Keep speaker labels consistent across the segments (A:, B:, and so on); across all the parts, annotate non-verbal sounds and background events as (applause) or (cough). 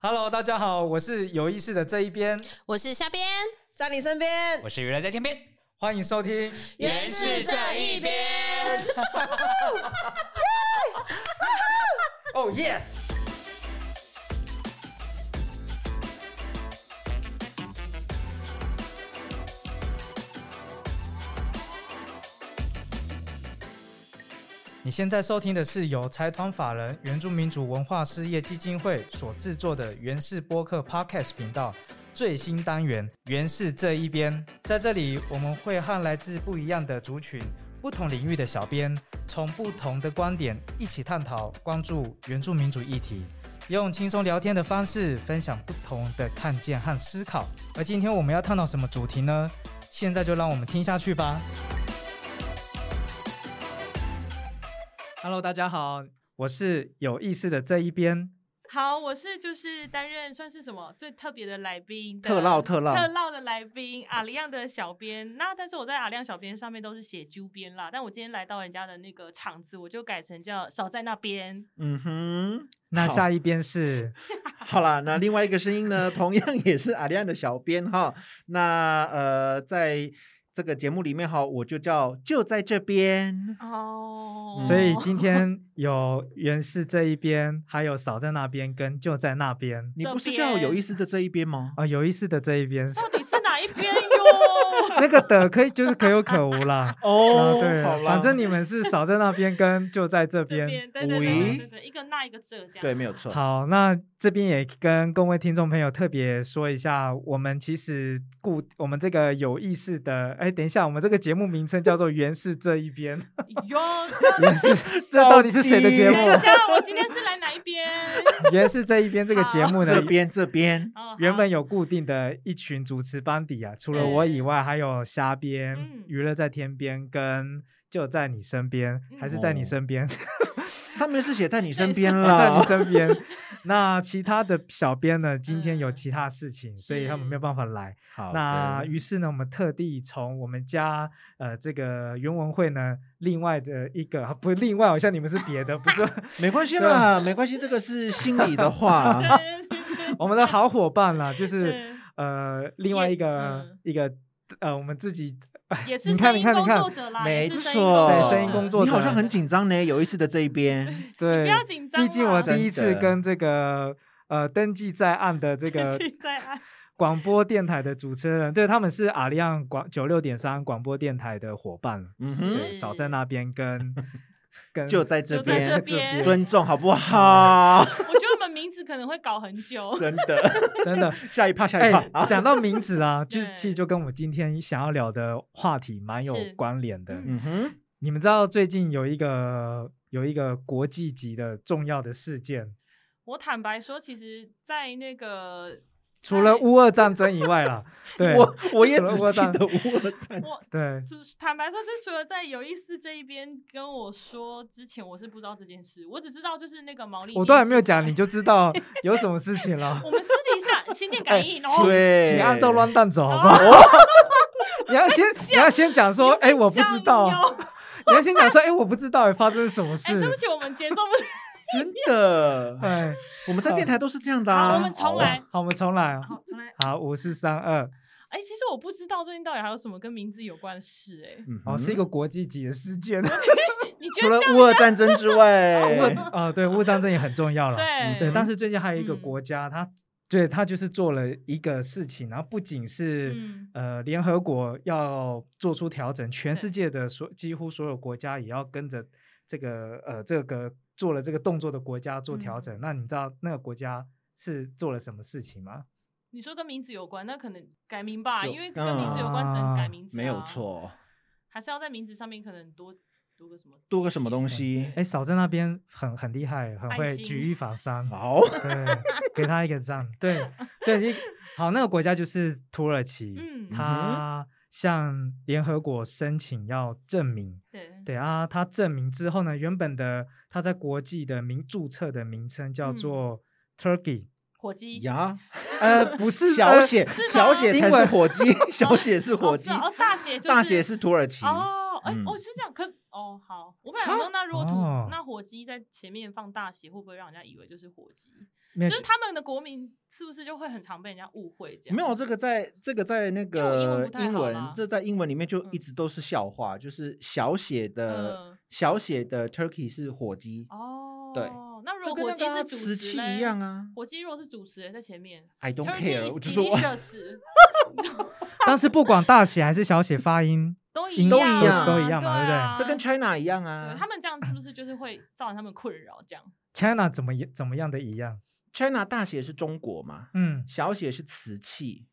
A: Hello，大家好，我是有意识的这一边，
B: 我是下边，
C: 在你身边，
D: 我是娱乐在天边，
A: 欢迎收听。
D: 原是这一边。
A: Oh yes！你现在收听的是由财团法人原住民族文化事业基金会所制作的原氏播客 Podcast 频道最新单元《原氏这一边》。在这里，我们会和来自不一样的族群、不同领域的小编，从不同的观点一起探讨、关注原住民族议题，用轻松聊天的方式分享不同的看见和思考。而今天我们要探讨什么主题呢？现在就让我们听下去吧。Hello，大家好，我是有意思的这一边。
E: 好，我是就是担任算是什么最特别的来宾的，
C: 特
E: 烙
C: 唠特唠，
E: 特烙的来宾，阿里样的小编。那但是我在阿里样小编上面都是写纠编啦，但我今天来到人家的那个场子，我就改成叫少在那边。
C: 嗯哼，
A: 那
C: 好
A: 下一边是
C: 好啦，那另外一个声音呢，同样也是阿丽安的小编哈。那呃，在这个节目里面哈，我就叫就在这边。
E: 哦，
A: 所以今天有原是这一边，还有少在那边跟就在那边
C: 你不是
E: 这
C: 叫
E: 边
C: 有意思的这一边吗？ (laughs)
A: 啊、有意思的这一边，
E: 到底是哪一边哟？
A: 那个的可以就是可有可无啦。
C: 哦
A: 啊，对
C: 好，啦，
A: 反正你们是少在那边跟就在这
E: 这
A: 边。
E: 边对对对
C: 喂
E: 对对对，一个那一个这这样。
C: 对，没有。错。
A: 好，那这边也跟各位听众朋友特别说一下，我们其实固我们这个有意识的，哎，等一下，我们这个节目名称叫做《原是这一边》，
E: 哟，
A: 原是这到底是谁的节目？
E: 等一下，我今天是来哪一边？
A: 原是这一边这个节目呢
C: 这，边这边，
E: 哦
A: 原本
E: 好
A: 有固定的一群主持班底啊，除了我以外，还有虾边、
E: 嗯
A: 娱乐在天边跟就在你身边，还是在你
C: 哦
A: 身边。
C: 上面是写在你身边
A: 我哦在
C: 啦
A: 你。身边。那其他的小编呢，今天有
E: 哦嗯。
A: 其他事情，所以他们没有办法来。
C: 好
A: 那
C: 的
A: 于是呢，我们特地从我们家呃这个原文会呢，另外的一个啊不，另外好像你们是别的，不是
C: 没关系
A: 对啊
C: 啦，没关系，这个是心里的
A: (laughs)
C: 话
E: 对对对对
A: 我们的好伙伴啦，
E: (laughs)
A: 就是
E: 嗯
A: 呃另外
E: 也
A: 一个、
E: 嗯
A: 一个呃我们自己
E: 也
A: 你
E: 是
A: 看
E: 声
A: 你
E: 音
A: 看你
E: 工
A: 看
E: 作者啦，
C: 没
E: 也是
C: 错
A: 对
C: 哦
A: 声音工作
C: 你
A: 者，
C: 好像很紧张啊呢，有意思的这一边。
A: (laughs) 对，
E: 不要紧张啦，啊
A: 毕竟我第一次
C: 真的
A: 跟这个呃登记在案的这个
E: 自己在按
A: (laughs) 广播电台的主持人，对，他们是阿里安广九六点三广播电台的伙伴，
C: 嗯
A: 对，
C: 哼，
A: 少在那边
C: (laughs)
A: 跟跟
C: 就在这
E: 就在这
C: 边，
E: 边
C: 尊重好
E: (laughs)
C: 不好？
E: 我觉得我们名字可能会搞很
C: (laughs)
E: 久。
C: 真
E: (laughs)
C: 的，
A: 真
C: (laughs)
A: 的。
C: 下一趴，下
A: 哎
C: 一趴，，
A: 讲到名字啊，就是
E: 对
A: 其实就跟我们今天想要聊的话题蛮有
E: 是
A: 关联的。
E: 嗯
C: 嗯哼，
A: 你们知道最近有一个有一个国际级的重要的事件，
E: 我坦白说，其实，在那个
A: 除了
E: 在
A: 乌俄战争以外
C: (laughs)
A: 啦，对
C: 我我也
A: 除了
C: 只
A: 我
C: 记
A: 当
C: 得我在
E: 我
A: 对，
E: 就是坦白说，就是除了在有意思这一边跟我说之前，我是不知道这件事，我只知道就是那个毛利，。
A: 我都还没有讲，你。就知道有什么事情了哎
E: 我们私
A: (laughs)
E: 底下心电感应，然后
C: 对，
A: 请按照乱蛋走，好不
E: 哦哎
A: 好？ (laughs) 你要先你要先讲说，哎，我不知道。你要先讲说，哎，我不知道，哎发生什么
E: (laughs) 哎，对不
A: 事？
E: 起，我们节奏不是。
C: 真的，
A: 哎，
C: 我们在电台都是这样的
E: 好，
C: 啊。
E: 我们重来。
A: (laughs) 好，我们重来啊。
E: 好，哦重来。
A: 好，五四三二，
E: 哎，其实我不知道最近到底还有什么跟名字有关的事。哎，
C: 嗯哼
A: 哦，是一个国际级的事件。
E: 嗯
A: (laughs)
E: 你觉
C: 除
E: 得
C: 了乌俄战争
E: (laughs)
C: 之
A: 乌
C: 外
A: 俄，啊，对，乌战争也很重要了。
E: 对
A: 对，
C: 嗯
A: 但是最近还有一个
E: 嗯
A: 国家，它对它就是做了一个事情，然后不仅是
E: 嗯
A: 呃联合国要做出调整，全世
E: 对
A: 界的所几乎所有国家也要跟着这个呃这个做了这个动作的国家做
E: 嗯
A: 调整。那你知道那个国家是做了什么事情吗？
E: 你说跟名字有关，那可能改名吧，
C: 有
E: 因为跟名字有关，只
A: 啊
E: 能改名字、
C: 没有，错，
E: 还是要在名字上面可能多多个什么，
C: 多个什么东西？
A: 哎，嫂在那边很很厉害，很
E: 爱
A: 会
E: 心
A: 举一反三。
C: 好，
E: 哎
A: 对，给他一个赞。对
E: (laughs)
A: 对，一好，那个国家就是土耳其，
E: 嗯
A: 他向联合国申请要证明，
E: 对
A: 对啊，他证明之后呢，原本的他在国际的名注册的名称叫
E: 嗯
A: 做 Turkey，、
E: 火鸡，
C: 呀，
A: 呃，不是
C: 小
A: 呃
C: 写
E: 是吗
C: 小写才
A: 英
C: 是
A: 文
C: 火鸡，小写是火
E: (laughs) 哦是，
C: 鸡
E: 哦，大写就是
C: 大写是土耳其。
E: 哦，哎、
C: 嗯
E: 哦是这样，可哦，好，我本来想说，那如果土、
A: 哦
E: 那火鸡在前面放大写，会不会让人家以为就是火鸡？
A: 面
E: 就是他们的国民是不是就会很常被人家误会这样？
C: 没有这个在这个在那
E: 因为我英文
C: 个
E: 不太
C: 英
E: 好
C: 文
E: 啦，
C: 这在英文里面就一
E: 嗯
C: 直都是笑话，就是小写的、
E: 嗯
C: 小写的 turkey 是火鸡，
E: 哦，
C: 对
E: 那如
C: 这
E: 果
C: 跟
E: 火
C: 那
E: 鸡
C: 个啊
E: 是主
C: 瓷
E: 食
C: 器
E: 嘞
C: 一样啊。
E: 火鸡肉是主食欸在前面
C: I don't
E: ，Turkey
C: care，
E: is
C: 我就说我
E: delicious，
A: 但是不管大写还是小写发音，
E: 都一
A: 音
C: 都
E: 样啊，
C: 一样都一
A: 样嘛对不对
E: 啊
C: 这跟 China 一样啊
E: 对他们这样是不是就是会造成他们困扰？这样
A: China 怎么也怎么样的一样，
C: ，China 大写是中国嘛，
A: 嗯，
C: 小写是瓷器。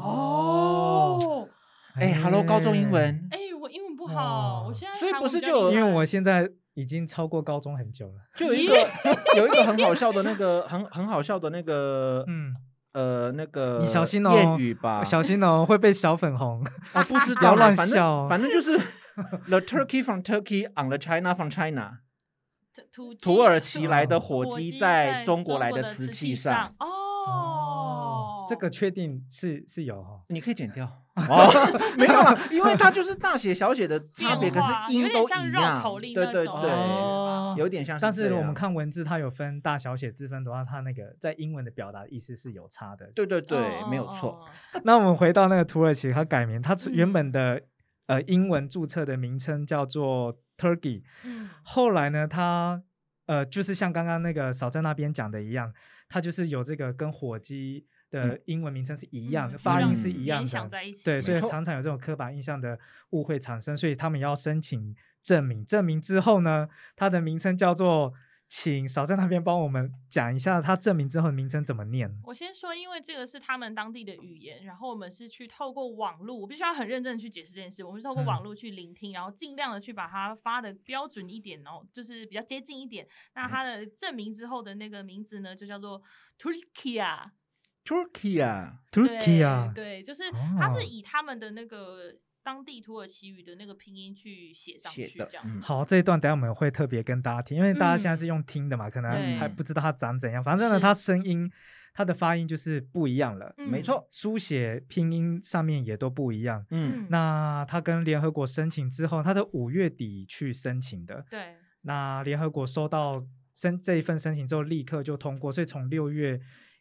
A: 哦，，
C: 哎，Hello，高中英，文，
E: 哎、我英文不好，
A: 哦
E: 我现在
C: 所以
E: 韩
C: 不
E: 文
C: 是
E: 比较
C: 就有
E: 厉
A: 哎因为
E: 害
A: 我现在已经超过高中很久了，
C: 就有一个有一个很好笑的那个很很好笑的那个
A: 嗯，
C: 呃那个
A: 你小心哦
C: 谚语吧，
A: 小心哦，会被小粉红，
C: 啊不知
A: 不要
C: 道啦
A: 乱
C: 反正
A: 笑哦
C: 反正就是
A: (laughs)
C: the Turkey from Turkey on the China from China。
E: 土土嗯
C: 土耳
E: 土
C: 其来的火鸡在中国来
E: 的
C: 的瓷器
E: 上
C: 上，
E: 哦，
A: 这个确定是是有哈，
C: 你可以剪掉。
A: (laughs)
C: 哦， (laughs) 没有啦，因为它就是大写小写的差别，
E: 变
C: 可是
E: 化有
C: 音
E: 点
C: 都
E: 像
C: 一
E: 绕
C: 样
E: 口。令
C: 对
E: 那
C: 对
E: 种
C: 对，
A: 哦
C: 有点像这
A: 但
C: 样。
A: 是我们看文字，它有分大小写字分的话，它那个在英文的表达意思是有差的。
C: 对对
E: 哦
C: 对，没有
E: 哦
C: 错。
E: 哦
A: 那我们回到那个土耳其，它改名，它出
E: 嗯
A: 原本的、呃英文注册的名称叫做 Turkey，
E: 嗯
A: 后来呢，它呃就是像刚刚那个嫂在那边讲的一样，它就是有这个跟火鸡的
C: 嗯
A: 英文名称是一样的，
E: 嗯
A: 发音
C: 让
A: 是
C: 你
A: 一样
E: 联想
A: 的。
E: 在一起，
A: 对，所以
C: 错
A: 常常有这种刻板印象的误会产生，所以他们要申请证明。证明之后呢，它的名称叫做，请少在那边帮我们讲一下，它证明之后的名称怎么念。
E: 我先说，因为这个是他们当地的语言，然后我们是去透过网络，我必须要很认真地去解释这件事。我们是透过
A: 嗯
E: 网络去聆听，然后尽量的去把它发的标准一点，然后就是比较接近一点。那
C: 嗯
E: 它的证明之后的那个名字呢，就叫做 Turkia。
C: Turkey 啊，
A: Turkey 啊，
E: 对，对就是它
A: 哦
E: 是以他们的那个当地土耳其语的那个拼音去写上
C: 写
E: 去，
C: 的
E: 这样。
C: 嗯
A: 好，这一段等一下我们会特别跟大家听，因为大家现在是
E: 嗯
A: 用听的嘛，可能
E: 对
A: 还不知道它长怎样。反正呢，
E: 是嗯
A: 它声音、它的发音就是不一样了，
C: 没错。
A: 书写拼音上面也都不一样。
C: 嗯，
A: 那它跟联合国申请之后，它的五月底去申请的，
E: 对，
A: 那联合国收到申这一份申请之后，立刻就通过，所以从六月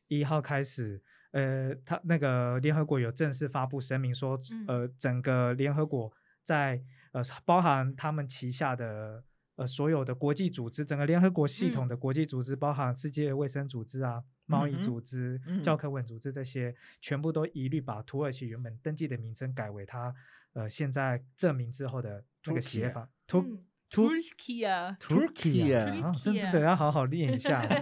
A: 一号开始，呃，他那个联合国有正式发布声明说，
E: 嗯
A: 呃，整个联合国在呃包含他们旗下的。呃，所有的国际组织，整个联合国系统
E: 嗯
A: 的国际组织，包含世界卫生组织啊、贸易
C: 嗯哼
A: 组织、
C: 嗯
A: 教科文组织这些，全部都一律把土耳其原本登记的名称改为它呃现在证明之后的那个写
C: Turkey
A: 法。土
E: 嗯
A: 土
C: (laughs)
E: Turkia。
A: Turkey 啊，
C: Turkey
A: 真的要好好练一下。啊
E: (laughs)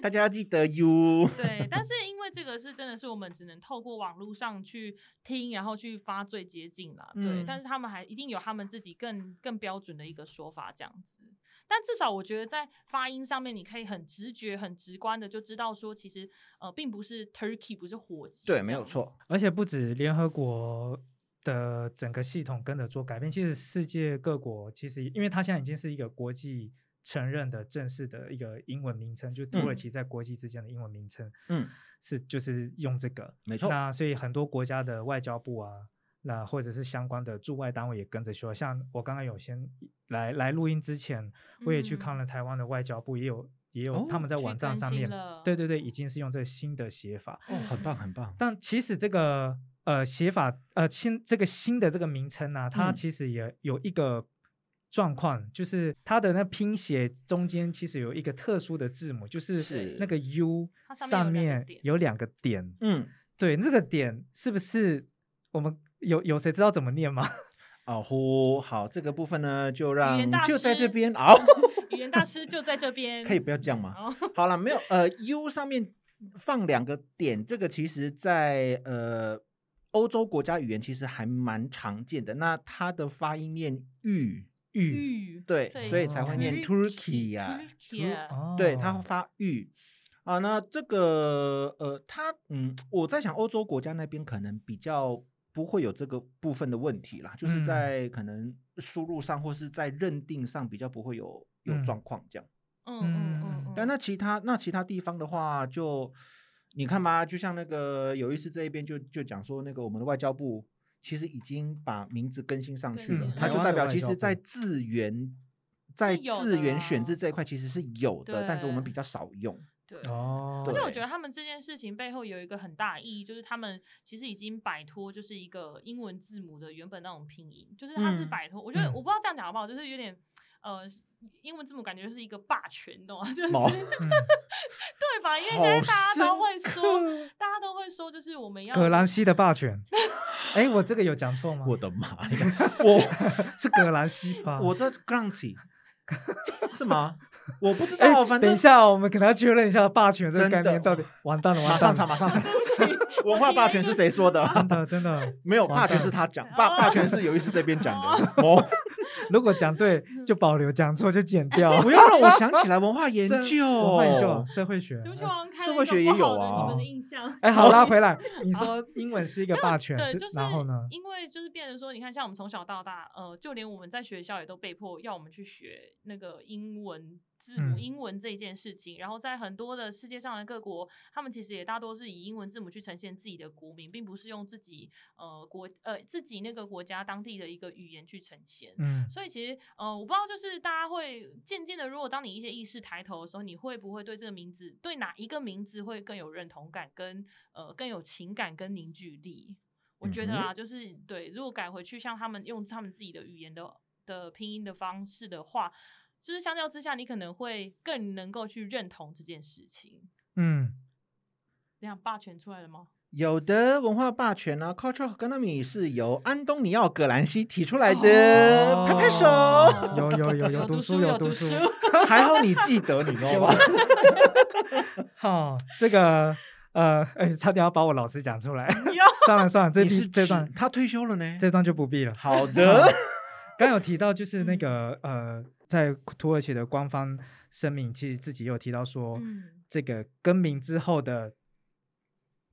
C: 大家要记得哟。
E: 对，但是因为这个是真的是我们只能透过网络上去听，然后去发最接近啦。对，
C: 嗯
E: 但是他们还一定有他们自己更更标准的一个说法这样子。但至少我觉得在发音上面，你可以很直觉、很直观的就知道说，其实呃，并不是 turkey，不是火鸡这
C: 对
E: 样子。
C: 没有错
A: 而且不止联合国的整个系统跟着做改变，其实世界各国其实因为它现在已经是一个国际承认的正式的一个英文名称，就土耳
C: 嗯
A: 其在国际之间的英文名称
C: 嗯，
A: 是就是用这个。
C: 没错。
A: 那所以很多国家的外交部啊，那或者是相关的驻外单位也跟着修。啊像我刚刚有先来来录音之前，我也去看
E: 嗯
A: 了台湾的外交部，也有也有、
C: 哦
A: 他们在
E: 去
A: 网站
E: 更
A: 上
E: 新
A: 面
E: 了，
A: 对对对，已经是用这个新的写法。
C: 哦，很棒，很棒。
A: 但其实这个呃写法呃新这个新的这个名称呢、啊它
C: 嗯
A: 其实也有一个状况，就是它的那拼写中间其实有一个特殊的字母，就是
C: 是
A: 那个 U
E: 它
A: 上
E: 上面有两个
A: 面
E: 点
A: 有两个点。
C: 嗯，
A: 对，这个点是不是我们有有谁知道怎么念吗？
C: 哦呼，好，这个部分呢，就
E: 言
C: 让
E: 大
C: 就在这
E: 师
C: 边哦。
E: 语言大师就在这边，
C: 可以不要这样吗？
E: 哦。
C: 好了，没有呃，U 上面放两个点，这个其实在呃欧洲国家语言其实还蛮常见的。那它的发音念“玉
A: 玉
E: 玉”，
C: 对，所以
A: 哦
C: 才会念 “Turkey” 呀、
E: Turkey，
C: 对，它
A: (laughs) 哦
C: 发“玉”啊。那这个呃，它嗯，我在想欧洲国家那边可能比较不会有这个部分的问题啦，就是
A: 嗯
C: 在可能输入上或是在认定上比较不会有有
A: 嗯
C: 状况这样。
E: 嗯嗯
A: 嗯
E: 嗯嗯，
C: 但那其他那其他地方的话就，你看吧，就像那个有一次这一边就就讲说，那个我们的外交部其实已经把名字更新上去
E: 更
C: 了，
A: 新
C: 它
A: 了
C: 就
A: 台
C: 代
A: 湾
C: 表
A: 有
C: 其
A: 外
C: 实，
A: 交
C: 在
A: 部
C: 字源在
E: 有
C: 字
E: 的
C: 源选
E: 啦
C: 字这一块其实是有的，但是我们比
E: 对
C: 较少用。
E: 对。 (laughs)
A: 哦，
E: 而且我
C: 对
E: 觉得他们这件事情背后有一个很大意义，就是他们其实已经摆脱就是一个英文字母的原本那种拼音，就是它是
C: 嗯
E: 摆脱。我觉得
A: 嗯
E: 我不知道这样讲好不好，就是有点呃，英文字母感觉就是一个霸权，你懂吗？ (laughs) 就是
C: 毛
A: 嗯
E: 对吧？因为现
C: 好
E: 在大家都会
C: 深
E: 说，
C: 刻
E: 大家都会说，就是我们要
A: 葛兰西的霸
E: (laughs)
A: 权。哎，我这个有讲错吗？
C: 我的妈呀！我
A: (laughs) 是葛兰西吧？
C: 我这 glance 是吗？我不知
A: 哎
C: 道，反正
A: 等一下，我们给他确认一下霸权这个
C: 真的
A: 概念到底完蛋了，
C: 马
A: 完
C: 上
A: 蛋
C: 查，
A: 了，
C: 马
A: (laughs)
C: 上查。 (laughs) 文化霸权是谁说的？
A: 真的真的。
C: 没有，
A: 完
C: 霸权
A: 蛋
C: 是他讲，霸霸权是有一次这边讲的。哦，
A: 如果讲对
E: 嗯
A: 就保留，讲错就剪 (laughs) 掉。
C: 哦不要让 (laughs) 我想起来文化研
A: 社
C: 究，
A: 文化研究、社会学
E: (laughs) 对。不起，我好像开
C: 社
E: 了
C: 会
E: 一
C: 学
E: 个
C: 也
E: 不好
C: 有
E: 的
C: 啊
E: 你们的印象。
A: 哎，
E: (laughs)
A: 好拉回来。你说英文是一个霸权，
E: 对，就是
A: 然后呢？
E: 因为就是变成说，你看，像我们从小到大，呃，就连我们在学校也都被迫要我们去学那个英文字母、
A: 嗯
E: 英文这一件事情。然后在很多的世界上的各国，他们其实也大多是以英文字母去呈现自己的国民，并不是用自己呃国呃自己那个国家当地的一个语言去呈现。
A: 嗯，
E: 所以其实，呃，我不知道，就是大家会渐渐的，如果当你一些意识抬头的时候，你会不会对这个名字，对哪一个名字会更有认同感，跟呃更有情感跟凝聚力？我觉得
C: 嗯哼
E: 啊，就是对，如果改回去像他们用他们自己的语言的的拼音的方式的话，就是相较之下，你可能会更能够去认同这件事情。
A: 嗯，
E: 这样霸权出来了吗？
C: 有的文化霸权呢、啊、，cultural economy 是由安东尼奥·葛兰西提出来的，
A: 哦
C: 拍拍手。
A: 有有有有读
E: 读
A: 书
E: 有
A: 读
E: 书 (laughs)
A: 书，，
C: 还好你记得，你知
A: (laughs)
C: 道吗？
A: 好，这个呃，哎，差点要把我老师讲出来。 (laughs) 算了算了，这
C: 你是
A: 这
C: 指
A: 段
C: 他退休了呢。
A: 这段就不必了。
C: 好的，
A: 刚有提到就是那个呃，在土耳其的官方声明，其实自己也有提到说，
E: 嗯，
A: 这个更名之后的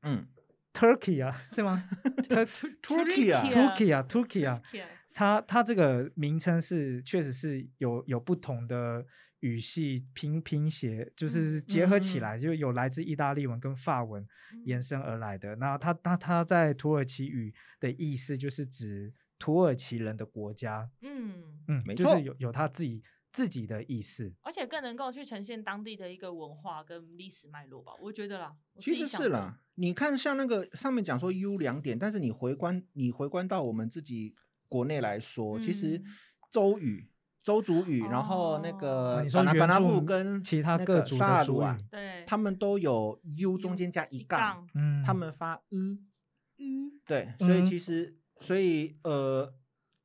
C: 嗯
A: Turkey 啊，是吗 (laughs)
C: ，Turkey 啊，
A: ？Turkey 啊，Turkey 啊，
E: 天啊
A: 它它这个名称是确实是有有不同的语系拼拼写，就是
E: 嗯
A: 结合起
C: 嗯
A: 来，就有来自意大利文跟法文
E: 嗯
A: 延伸而来的。那它它它在土耳其语的意思就是指土耳其人的国家，
E: 嗯。
A: 嗯
C: 没，
A: 就
C: 错
A: 是有有它自己自己的意思。
E: 而且更能够去呈现当地的一个文化跟历史脉络吧，我觉得啦，我自
C: 其
E: 己
C: 实
E: 想
C: 是
E: 的
C: 啦。，你看，像那个上面讲说 U 两点，但是你回观，你回观到我们自己国内来说，其实
E: 嗯
C: 周语、周族语，然后那
E: 哦
C: 个
A: 啊你说
C: 法纳法
A: 原
C: 纳
A: 住
C: 富
A: 民
C: 跟
A: 其他
C: 那
A: 各
C: 个
A: 族
C: 萨
A: 的
C: 尔
A: 族
C: 鲁啊
A: 语，
E: 对，
C: 他们都有 U 中间加一杠，
A: 嗯，
C: 他们发 u，
E: 嗯，
C: 对，所以
A: 嗯
C: 其实，所以呃，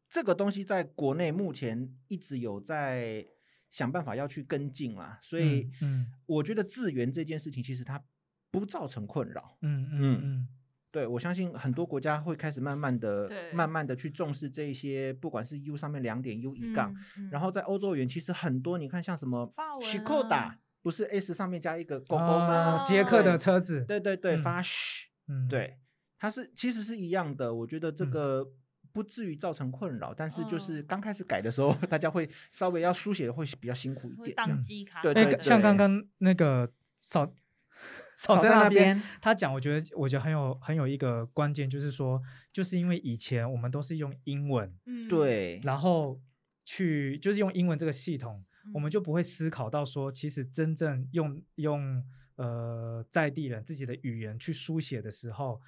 C: 这个东西在国内目前一直有在想办法要去跟进啦，所以
A: 嗯嗯
C: 我觉得字源这件事情其实它不造成困扰，
A: 嗯嗯
C: 嗯
A: 嗯
C: 对我相信很多国家会开始慢慢的
E: 对、
C: 慢慢的去重视这一些，不管是 U 上面两点 U 一杠，
E: 嗯
C: 然后在欧洲语言其实很多，你看像什么
E: 法文
C: s h i k o d
E: 啊哦
C: a 不是 S 上面加一个勾勾
A: 啊
C: 吗？
A: 捷克的
C: 对
A: 车子，
C: 对对对，
A: 嗯
C: 发 sh。
A: 嗯，
C: 对，它是其实是一样的，我觉得这
A: 嗯
C: 个不至于造成困扰，但是就是
E: 嗯
C: 刚开始改的时候，大家会稍微要书写会比较辛苦一
E: 会
C: 点这
E: 宕
C: 样。
E: 机卡
C: 嗯对
E: 卡
A: 哎、
E: 的，
A: 像刚
C: 对
A: 刚那个
C: (laughs)
A: 嫂嫂
C: 少
A: 在
C: 在
A: 那
C: 那
A: 边
C: 边，
A: 他讲，我觉得我觉得很有很有一个关键，就是说，就是因为以前我们都是用英文，
E: 嗯，
C: 对，
A: 然后去就是用英文这个系统，我们
E: 嗯
A: 就不会思考到说，其实真正用用呃在地人自己的语言去书写的时候，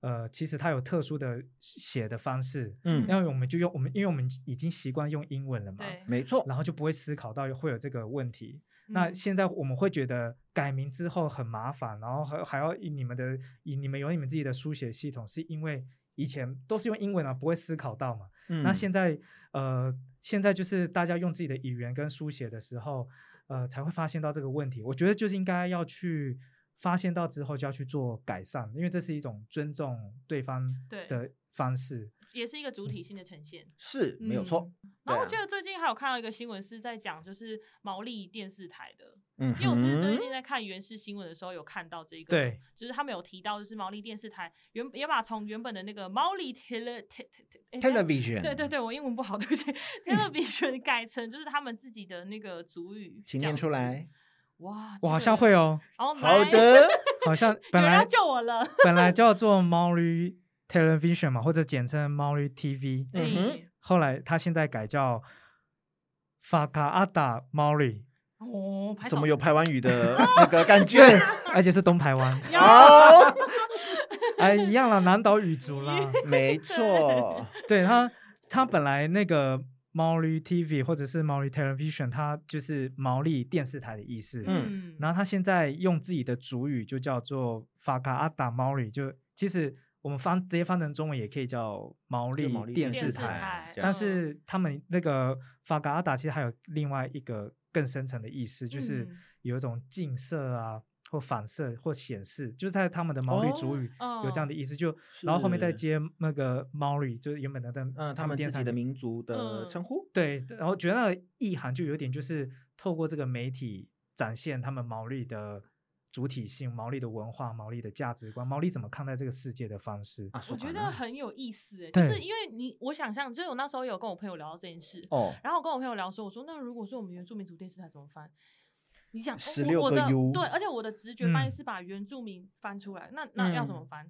A: 呃，其实它有特殊的写的方式，
C: 嗯，
A: 因为我们就用我们因为我们已经习惯用英文了嘛，
E: 对，
C: 没错，
A: 然后就不会思考到会有这个问题。那
E: 嗯
A: 现在我们会觉得改名之后很麻烦，然后还还要以你们的以你们有你们自己的书写系统，是因为以前都是用英文啊，不会思考到嘛。那
C: 嗯
A: 现在呃，现在就是大家用自己的语言跟书写的时候，呃，才会发现到这个问题。我觉得就是应该要去发现到之后就要去做改善，因为这是一种尊重对方
E: 对
A: 的方式。
E: 也是一个主体性的呈现，嗯
C: 是没有错，
E: 然后我
C: 对
E: 记
C: 啊
E: 得最近还有看到一个新闻是在讲，就是毛利电视台的，
C: 嗯
E: 因为我是最
C: 哼
E: 近在看原视新闻的时候有看到这个，
A: 对，
E: 就是他们有提到，就是毛利电视台原也把从原本的那个毛利 tele te- te- te- 诶等一下
C: television，
E: 对对，对，我英文不好，对 (laughs) 不起，television 改成就是他们自己的那个族语，
C: 请念出。来。
E: 哇，
A: 我好像会。哦，
E: 哦，
C: 好，的，
A: 好像本
E: 有人要
A: 来
E: 救我了。 (laughs)
A: 本来叫做 Maori television 嘛，或者简称 Maori TV。
C: 嗯哼
E: 哎
A: 后来他现在改
E: (laughs)
A: 叫 Fakaada Maori，
E: 哦，拍
C: 怎
E: 手
C: 么有排湾语的
E: 哦
C: 那个感觉？
A: 而且是东台湾，
C: 哦，
A: 哎，一样啦，南岛语族啦。
C: 没错，
A: 对他，他本来那个 Maori TV 或者是 Maori Television，它就是毛利电视台的意思。
C: 嗯
A: 然后他现在用自己的主语就叫做法卡阿达毛利，就其实我们翻直接翻成中文也可以叫毛利
C: 就毛利
A: 电
E: 电
A: 视
E: 视
A: 台，
E: 台
C: 这
A: 但
C: 样
E: 嗯
A: 是他们那个法卡阿达其实还有另外一个更深层的意思，就是
E: 嗯
A: 有一种近射啊。或反射或显示，就是在他们的毛利主
C: 哦
A: 语有这样
E: 哦
A: 的意思，就然后后面再
C: 是
A: 接那个毛利，就是原本的那
C: 嗯，他们
A: 电
C: 自
A: 视台
C: 己的民族的
E: 嗯
C: 称呼，
A: 对，然后觉得那个意涵就有点就是透过这个媒体展现他们毛利的主体性、毛利的文化、毛利的价值观、毛利怎么看待这个世界的方式。
C: 啊，
E: 我
C: 说
E: 觉
C: 法
E: 得
C: 呢
E: 很有意思欸，就
A: 对
E: 是因为你，我想象，就是我那时候有跟我朋友聊到这件事，
C: 哦，
E: 然后我跟我朋友聊说，我说那如果说我们原住民族电视台怎么翻？你想哦我
C: 16
E: 我
C: 个
E: 的
C: U
E: 对，而且我的直觉翻译
A: 嗯
E: 是把原住民翻出来，那那要怎么翻？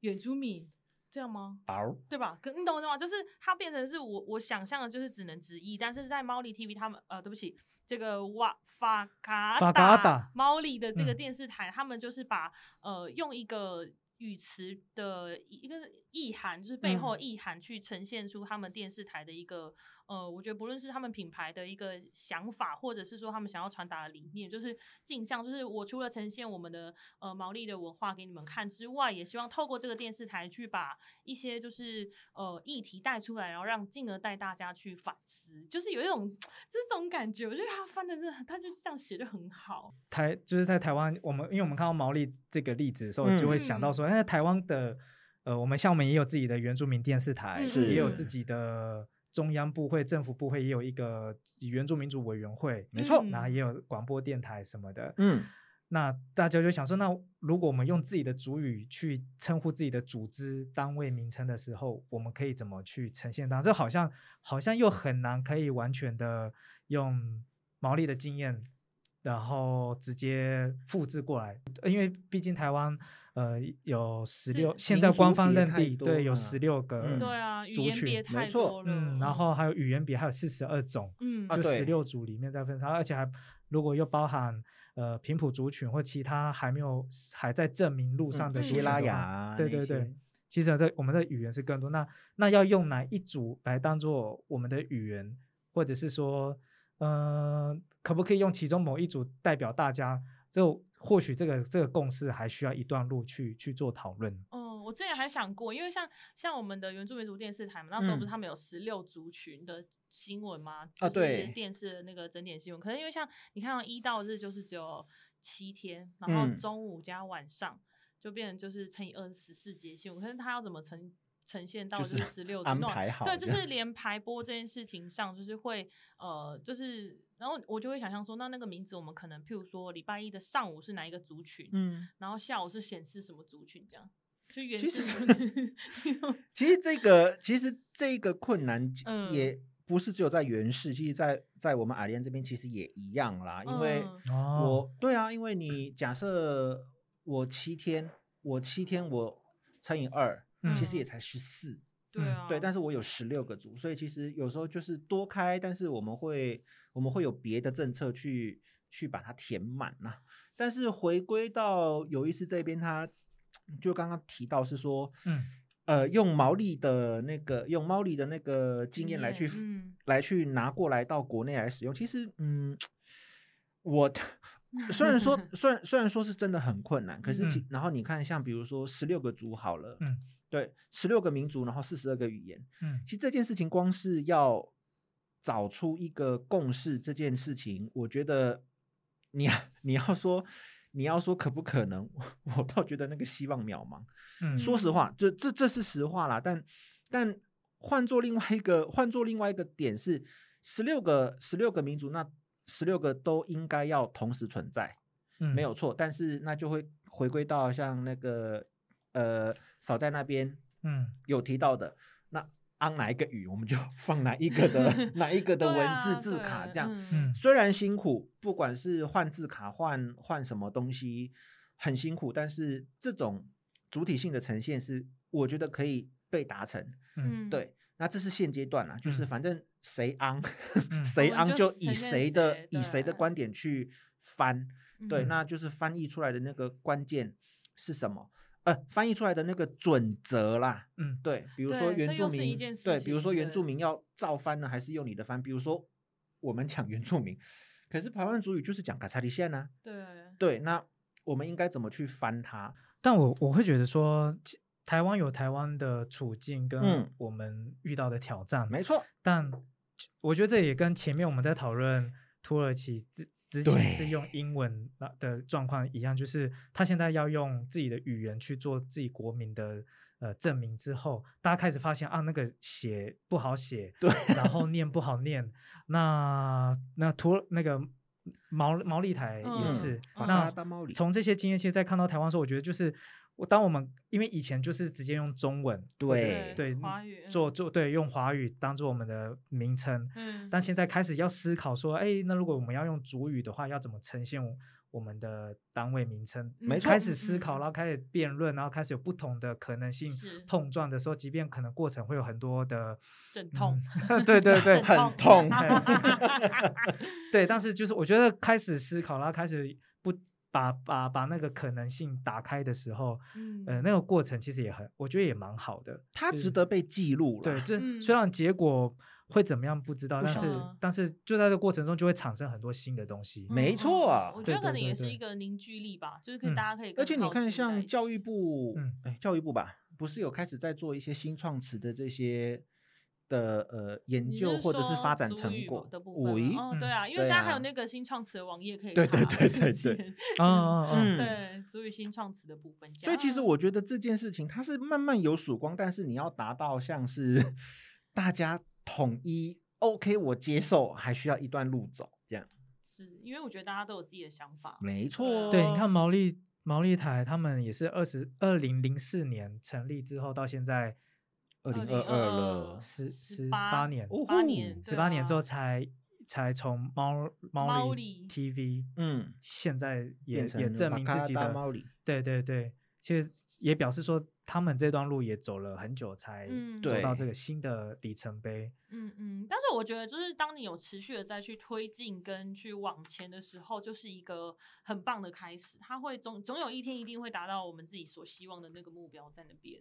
E: 原住民这样吗？
C: 宝
E: 对吧？可你懂我懂吗？就是它变成是我我想象的，就是只能直译，但是在猫 i TV 他们呃，对不起，这个哇法卡
A: 法
E: 达
A: 卡达
E: 猫 i 的这个
A: 嗯
E: 电视台，他们就是把呃用一个语词的一个意涵，就是背
C: 嗯
E: 后的意涵去呈现出他们电视台的一个呃，我觉得不论是他们品牌的一个想法，或者是说他们想要传达的理念，就是镜像，就是我除了呈现我们的呃毛利的文化给你们看之外，也希望透过这个电视台去把一些就是呃议题带出来，然后让进而带大家去反思，就是有一种这种感觉。我觉得他翻的真的很，他就是这样写就很好。
A: 台就是在台湾，我们因为我们看到毛利这个例子的时候，就会想到
E: 嗯
A: 说，那、台湾的呃，我们像我们也有自己的原住民电视台，
C: 嗯
E: 是
A: 也有自己的中央部会、政府部会，也有一个原住民族委员会，
C: 没错
E: 嗯
A: 然后也有广播电台什么的。
C: 嗯，
A: 那大家就想说，那如果我们用自己的主语去称呼自己的组织单位名称的时候，我们可以怎么去呈现它？这好像好像又很难可以完全的用毛利的经验，然后直接复制过来，呃因为毕竟台湾呃有十六，
E: 是
A: 现在
C: 民族
A: 官方
C: 别
A: 认
C: 太
A: 定
C: 多
A: 对有
C: 了
A: 十六个、
C: 嗯
E: 对啊，语啊
A: 族
E: 言别
A: 群，
E: 太
C: 错
E: 多了。
A: 嗯，然后还有语言别还有四十二种，
E: 嗯
C: 啊
A: 就
C: 对
A: 十六组里面再分它，而且还如果又包含呃平埔族群或其他还没有还在证明路上的
E: 嗯
A: 族
E: 希
A: 群
C: 拉
A: 的
C: 雅
A: 话
C: 啊
A: 对
C: 那
A: 对
C: 些
A: 对，其实这我们的语言是更多。那那要用哪一组来当做我们的语言，或者是说，呃，可不可以用其中某一组代表大家？就或许这个这个共识还需要一段路去去做讨论。
E: 嗯，我之前还想过，因为像像我们的原住民族电视台嘛，那时候不是
C: 嗯
E: 他们有十六族群的新闻吗？就
C: 啊
E: 是
C: 对
E: 电视的那个整点新闻。可是因为像你看到一到日就是只有七天，然后
C: 嗯
E: 中午加晚上、就变成就是乘以二十四节新闻。可是他要怎么呈呈现到
C: 就
E: 就是是十六
C: 安排好
E: 对，
C: 这
E: 就
C: 样
E: 是连排播这件事情上，就是会呃，就是然后我就会想象说，那那个名字我们可能譬如说礼拜一的上午是哪一个族群，
C: 嗯，
E: 然后下午是显示什么族群这样，就原
C: 其
E: 始
C: 实
E: 族群 (laughs)
C: 其实这个其实这个困难
E: 嗯
C: 也不是只有在原氏，其实在在我们阿莲这边其实也一样啦，因为
E: 嗯
A: 哦，
C: 我对啊，因为你假设我七天，我七天我乘以二，其
E: 嗯
C: 实也才十四，
E: 对
A: 嗯
E: 啊，
C: 对，但
E: 是
C: 是我有十六个组，所以其实有时候就是多开，但是我们会我们会有别的政策去去把它填满呐、但是回归到有意思这边，他就刚刚提到是说，
A: 嗯，
C: 呃，用毛利的那个用毛利的那个经验来去、
E: 嗯
C: 来去拿过来到国内来使用，其实嗯，我 (laughs) 虽然
A: (laughs)
C: 说虽然虽然说是真的很困难，可是其、
A: 嗯
C: 然后你看像比如说十六个族好了，
A: 嗯，
C: 对，十六个民族，然后四十二个语言。
A: 嗯
C: 其实这件事情光是要找出一个共识，这件事情，我觉得你你要 (laughs) 说你要说可不可能， (laughs) 我我倒觉得那个希望渺茫。
A: 嗯，
C: 说实话，这这这是实话啦，但但换做另外一个换做另外一个点是，十六个十六个民族，那十六个都应该要同时存在。
A: 嗯
C: 没有错，但是那就会回归到像那个呃少在那边
A: 嗯
C: 有提到的，那安哪一个语我们就放哪一个的
E: (laughs)
C: 哪一个的
E: 对
C: 文
E: 啊
C: 字
E: 对
C: 字卡
E: 啊
C: 这样。
A: 嗯
E: 嗯
C: 虽然辛苦，不管是换字卡换换什么东西很辛苦，但是这种主体性的呈现是，我觉得可以被达成。
A: 嗯，
C: 对，那这是现阶段啦，就是
A: 嗯
C: 反正谁昂
A: 嗯
C: (laughs) 谁
E: 我们
C: 昂
E: 就
C: 就
E: 随
C: 以
E: 便
C: 谁的
E: 谁
C: 以谁的
E: 对啊
C: 观点去翻，对，
E: 嗯
C: 那就是翻译出来的那个关键是什么？呃，翻译出来的那个准则啦，
A: 嗯
C: 对，比如说
E: 对这
C: 原住
E: 又是一
C: 民
E: 件，事
C: 对，比如
E: 情
C: 说原
E: 对
C: 住民要照翻呢，还是用你的翻？比如说我们讲原住民，可是台湾族语就是讲卡查里县呢，
E: 对，
C: 对，那我们应该怎么去翻它？
A: 但我我会觉得说，其台湾有台湾的处境跟
C: 嗯
A: 我们遇到的挑战，
C: 没错，
A: 但我觉得这也跟前面我们在讨论土耳其之之前是
C: 对
A: 用英文啊的状况一样，就是他现在要用自己的语言去做自己国民的呃证明之后，大家开始发现啊，那个写不好写，
C: 对，
A: 然后念不好念，那那土那个毛毛利台也
E: 嗯
A: 是，那
E: 嗯
C: 大大猫里，
A: 从这些经验，其实在看到台湾的时候，我觉得就是我当我们因为以前就是直接用中文
C: 对
A: 对
E: 华语
A: 做，做对用华语当做我们的名称，
E: 嗯，
A: 但现在开始要思考说，哎，那如果我们要用主语的话，要怎么呈现我我们的单位名称？
C: 没错
A: 开始思考，
E: 嗯
A: 然后开始辩论，然后开始有不同的可能性
E: 是
A: 碰撞的时候，即便可能过程会有很多的
E: 阵痛，嗯
A: 嗯对对对
E: 阵
C: 很痛
E: (laughs)
A: 对，但是就是我觉得开始思考，然后开始不把把把那个可能性打开的时候，
E: 嗯
A: 呃，那个过程其实也很，我觉得也蛮好的。
C: 它
A: 就
C: 值
A: 是
C: 得被记录了。
A: 对，这
E: 嗯
A: 虽然结果会怎么样不知道，
C: 不
A: 但
C: 晓
A: 是
E: 得
A: 但是就在这个过程中就会产生很多新的东西。
E: 嗯
C: 没
E: 嗯
C: 错啊
E: 嗯我觉
A: 对
E: 得可
A: 对对
E: 能也是
A: 对
E: 一个凝聚力吧，就是可以
A: 嗯
E: 大家可以更
C: 而且你
E: 靠
C: 看，
E: 近在
C: 像
E: 一
C: 教
E: 起
C: 育部，
A: 嗯
C: 哎，教育部吧，不是有开始在做一些新创词的这些的呃研
E: 你
C: 究
E: 是
C: 或者是
E: 说
C: 发展
E: 族
C: 成
E: 语
C: 果
E: 的？部分
C: 喂
E: 吗，哦，对
A: 嗯
E: 啊，因为
C: 对
E: 现在还
C: 啊
E: 有那个新创词的网页可以
C: 对对
E: 查
C: 对
E: 是
C: 对
E: 不
C: 对
E: 是
A: 啊啊啊！
C: 嗯
E: 对，足语新创词的部分。
C: 所以其实我觉得这件事情它是慢慢有曙光，但是你要达到像是 (laughs) 大家统一 OK 我接受，还需要一段路走。这样
E: 是因为我觉得大家都有自己的想法，
C: 没
E: 啊
C: 错，哦
A: 对，你看毛利毛利台他们也是二十二零零四年成立之后到现在
C: 二零二二
E: 2022
C: 了，
A: 十十
E: 八
A: 八年，
C: 哦
E: 八年
C: 呼
A: 十八年之后
E: 对啊
A: 才才从猫猫
E: 猫
A: 里
E: 里
A: TV
C: 嗯，
A: 现在也
C: 变
A: 也
C: 成
A: 证明自
C: Makata
A: 己的
C: 猫里，
A: 对对对，其实也表示说他们这段路也走了很久才
E: 嗯
A: 走到这
C: 对
A: 个新的里程碑。
E: 嗯嗯，但是我觉得，就是当你有持续的再去推进跟去往前的时候，就是一个很棒的开始。它会总总有一天一定会达到我们自己所希望的那个目标在那边。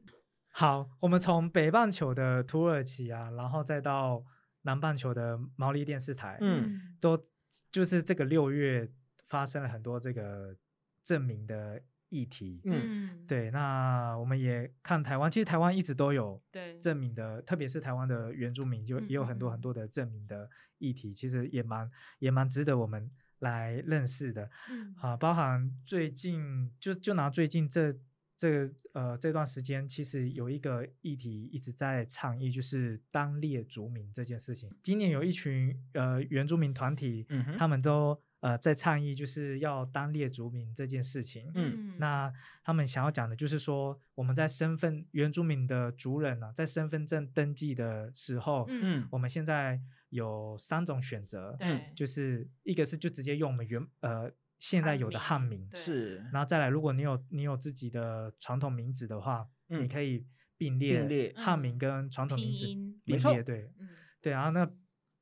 A: 好，我们从北半球的土耳其啊，然后再到南半球的毛利电视台，
C: 嗯，
A: 都就是这个六月发生了很多这个证明的议题。
C: 嗯，
A: 对，那我们也看台湾，其实台湾一直都有
E: 对，
A: 证明的，特别是台湾的原住民，就
E: 嗯
A: 也有
E: 嗯
A: 很多很
E: 嗯
A: 多的证明的议题，其实也蛮也蛮值得我们来认识的。
E: 嗯
A: 啊，包含最近就就拿最近这这呃这段时间，其实有一个议题一直在倡议，就是当列族民这件事情。今年有一群呃原住民团体，
C: 嗯哼
A: 他们都呃在倡议，就是要当列族民这件事情。
C: 嗯
A: 那他们想要讲的就是说，我们在身份原住民的族人啊，在身份证登记的时候，
E: 嗯，
A: 我们现在有三种选择，
E: 对，
A: 嗯就是一个是就直接用我们原呃现在
E: 汉
A: 有的汉
E: 名
A: 名，
E: 对
C: 是，
A: 然后再来，如果你有你有自己的传统名字的话，你
C: 嗯
A: 可以并列
C: 列
A: 汉名
E: 嗯
A: 跟传统名
E: 拼
A: 字
E: 音
C: 没
A: 并
C: 错
A: 列，对
E: 嗯
A: 对。然后那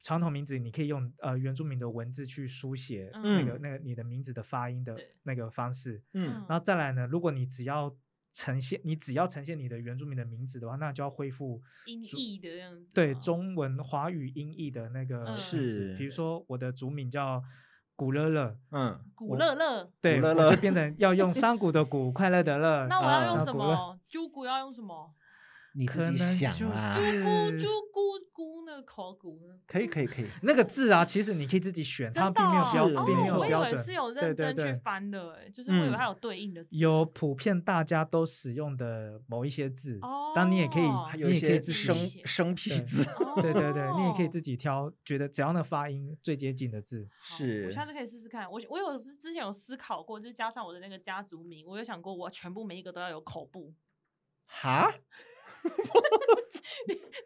A: 传统名字你可以用呃原住民的文字去书写那个
C: 嗯
A: 那个你的名字的发音的
E: 对
A: 那个方式，
C: 嗯
A: 然后再来呢，如果你只要呈现你只要呈现你的原住民的名字的话，那就要恢复
E: 音译的样子吗，
A: 对中文华语音译的那个
E: 啊嗯
A: 名字，比如
C: 是
A: 说我的族名叫古乐乐，
C: 嗯，
E: 啊古乐乐。
A: 对，
C: 乐
A: 我
C: 乐
A: 就变成要用山谷的谷，快乐的乐。
E: 那我要
A: 啊
E: 用什
A: 古乐
E: 么？猪骨要用什么？
C: 你
A: 可
C: 自己
A: 能
C: 想
A: 就
C: 啊，
A: 是
E: 猪骨猪骨骨那个口骨呢？
C: 可以可以可以，
A: 那个字啊，其实你可以自己选，它
E: 真的
A: 并没有
E: 哦
A: 标，
C: 是
A: 并没
E: 哦
A: 有
E: 我以
A: 标
E: 为
A: 准。
E: 是有
A: 对
E: 认
A: 对
E: 真去
A: 对，
E: 翻的，哎，就是我以为
C: 嗯
E: 它有对应的字。
A: 有普遍大家都使用的某一些字，当你也可以
E: 哦，
C: 还
A: 你
C: 啊有
A: 也
C: 一
A: 可以
C: 些
A: 自己
C: 生
E: 写
C: 生僻
A: 对
C: 字， (laughs)
A: (laughs)
E: 哦
A: 对对对，你也可以自己挑，觉得只要那发音最接近的字。
E: 好我
C: 是
E: 下次可以试试看。我我有之之前有思考过，就是加上我的那个家族名，我有想过我全部每一个都要有口部， (laughs)
C: 哈，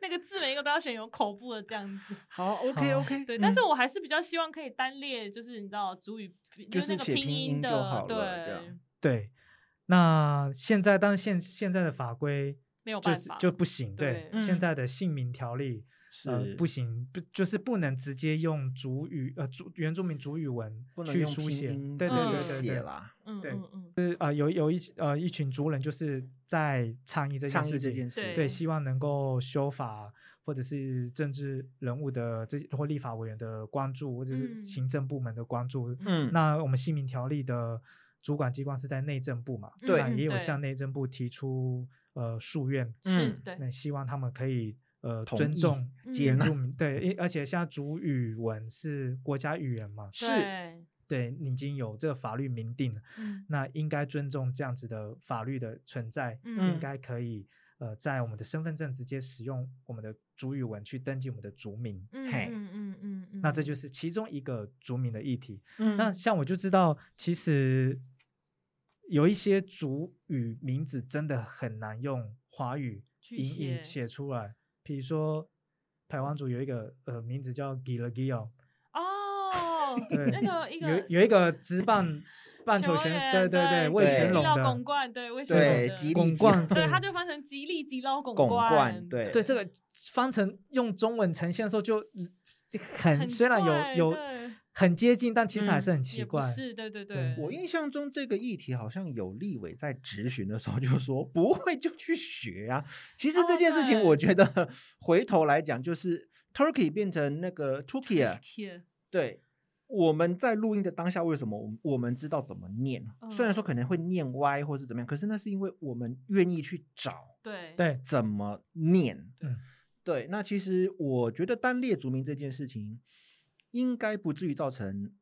E: 那个字每一个都要选有口部的这样子。
C: 好，OK
A: 好
C: OK，
E: 对，但
A: 嗯
E: 是我还是比较希望可以单列，就是你知道主语，
C: 就是
E: 那个
C: 写
E: 拼
C: 拼音就
E: 的，
C: 好了这
E: 对
C: 样，
A: 对，那现在，但是现现在的法规
E: 没有
A: 就
E: 办
A: 是
E: 法
A: 就不行，对，
E: 对
A: 现
C: 嗯
A: 在的姓名条例
C: 是、
A: 呃不行，不就是不能直接用主语呃主原住民主语文
C: 不能
A: 去
C: 用
A: 书
C: 拼
A: 写
C: 音，
A: 对对
E: 去
A: 对
C: 自
A: 对
C: 己写
A: 对，
C: 啦，
E: 嗯
A: 对
E: 嗯嗯，
A: 是啊、呃有有一呃一群族人就是在倡议这件
C: 倡
A: 事
C: 议这
A: 情，
C: 件事，
A: 对，
E: 对
A: 希望能够修法或者是政治人物的这或立法委员的关注，或者是
E: 嗯
A: 行政部门的关注。
C: 嗯，
A: 那我们姓名条例的主管机关是在内政部嘛？
C: 对
A: 那
E: 嗯
A: 也有
E: 对
A: 向内政部提出呃诉愿，
E: 是
C: 嗯
E: 对，嗯
A: 那希望他们可以呃
C: 同
A: 尊
C: 意
A: 重
C: 接 (laughs)
A: 原
C: 纳
A: 住民。对，因而且现在主语文是国家语言嘛，
C: 是
E: 对，
A: 对，已经有这个法律明定了，
E: 嗯
A: 那应该尊重这样子的法律的存在。应
E: 嗯
A: 该可以呃，在我们的身份证直接使用我们的族语文去登记我们的族名。
E: 嗯
C: 嘿
E: 嗯嗯嗯嗯，
A: 那这就是是其中一个族名的议题。
C: 嗯
A: 那像我就知道，其实有一些族语名字真的很难用华语
E: 去
A: 音译
E: 写
A: 写出来。比如说，台湾族有一个呃名字叫 g i l g i o
E: 哦，
A: 对
E: 那个一
A: 有
E: 个
A: 有一对职棒棒球
E: 员
A: 选，对对对，魏
C: 对
A: 全
E: 击
A: 龙
E: 到
A: 的
E: 拱冠，对魏全龙
C: 对
E: 的
C: 吉利
A: 拱
C: 吉
A: 冠，
E: 对，他就翻成吉利吉
C: (laughs)
E: 捞拱
C: 拱
E: 冠，
C: 冠对
A: 对这个方程用中文呈现的时候
E: (laughs)
A: 就嗯很
E: 很
A: 虽然
E: 怪
A: 有有
E: 对
A: 很接近，但其实还
C: 嗯
A: 是很
E: 也
A: 奇
E: 不
A: 怪。
E: 是，对对
A: 对
E: 对，
C: 我印象中这个议题好像有立委在质询的时候就说不会就去学啊。其实这
E: 哦
C: 件事情，
E: 对
C: 我觉得 (laughs) 回头来讲，就是 Turkey 变成那个 Turkey，啊
E: 天，
C: 对。我们在录音的当下，为什么我们我们知道怎么念？啊虽然说
A: 嗯
C: 可能会念歪或是怎么样，可是那是因为我们愿意去找
E: 对
A: 对，
C: 怎么念。
A: 嗯
C: 对，那其实我觉得单列族名这件事情，应该不至于造成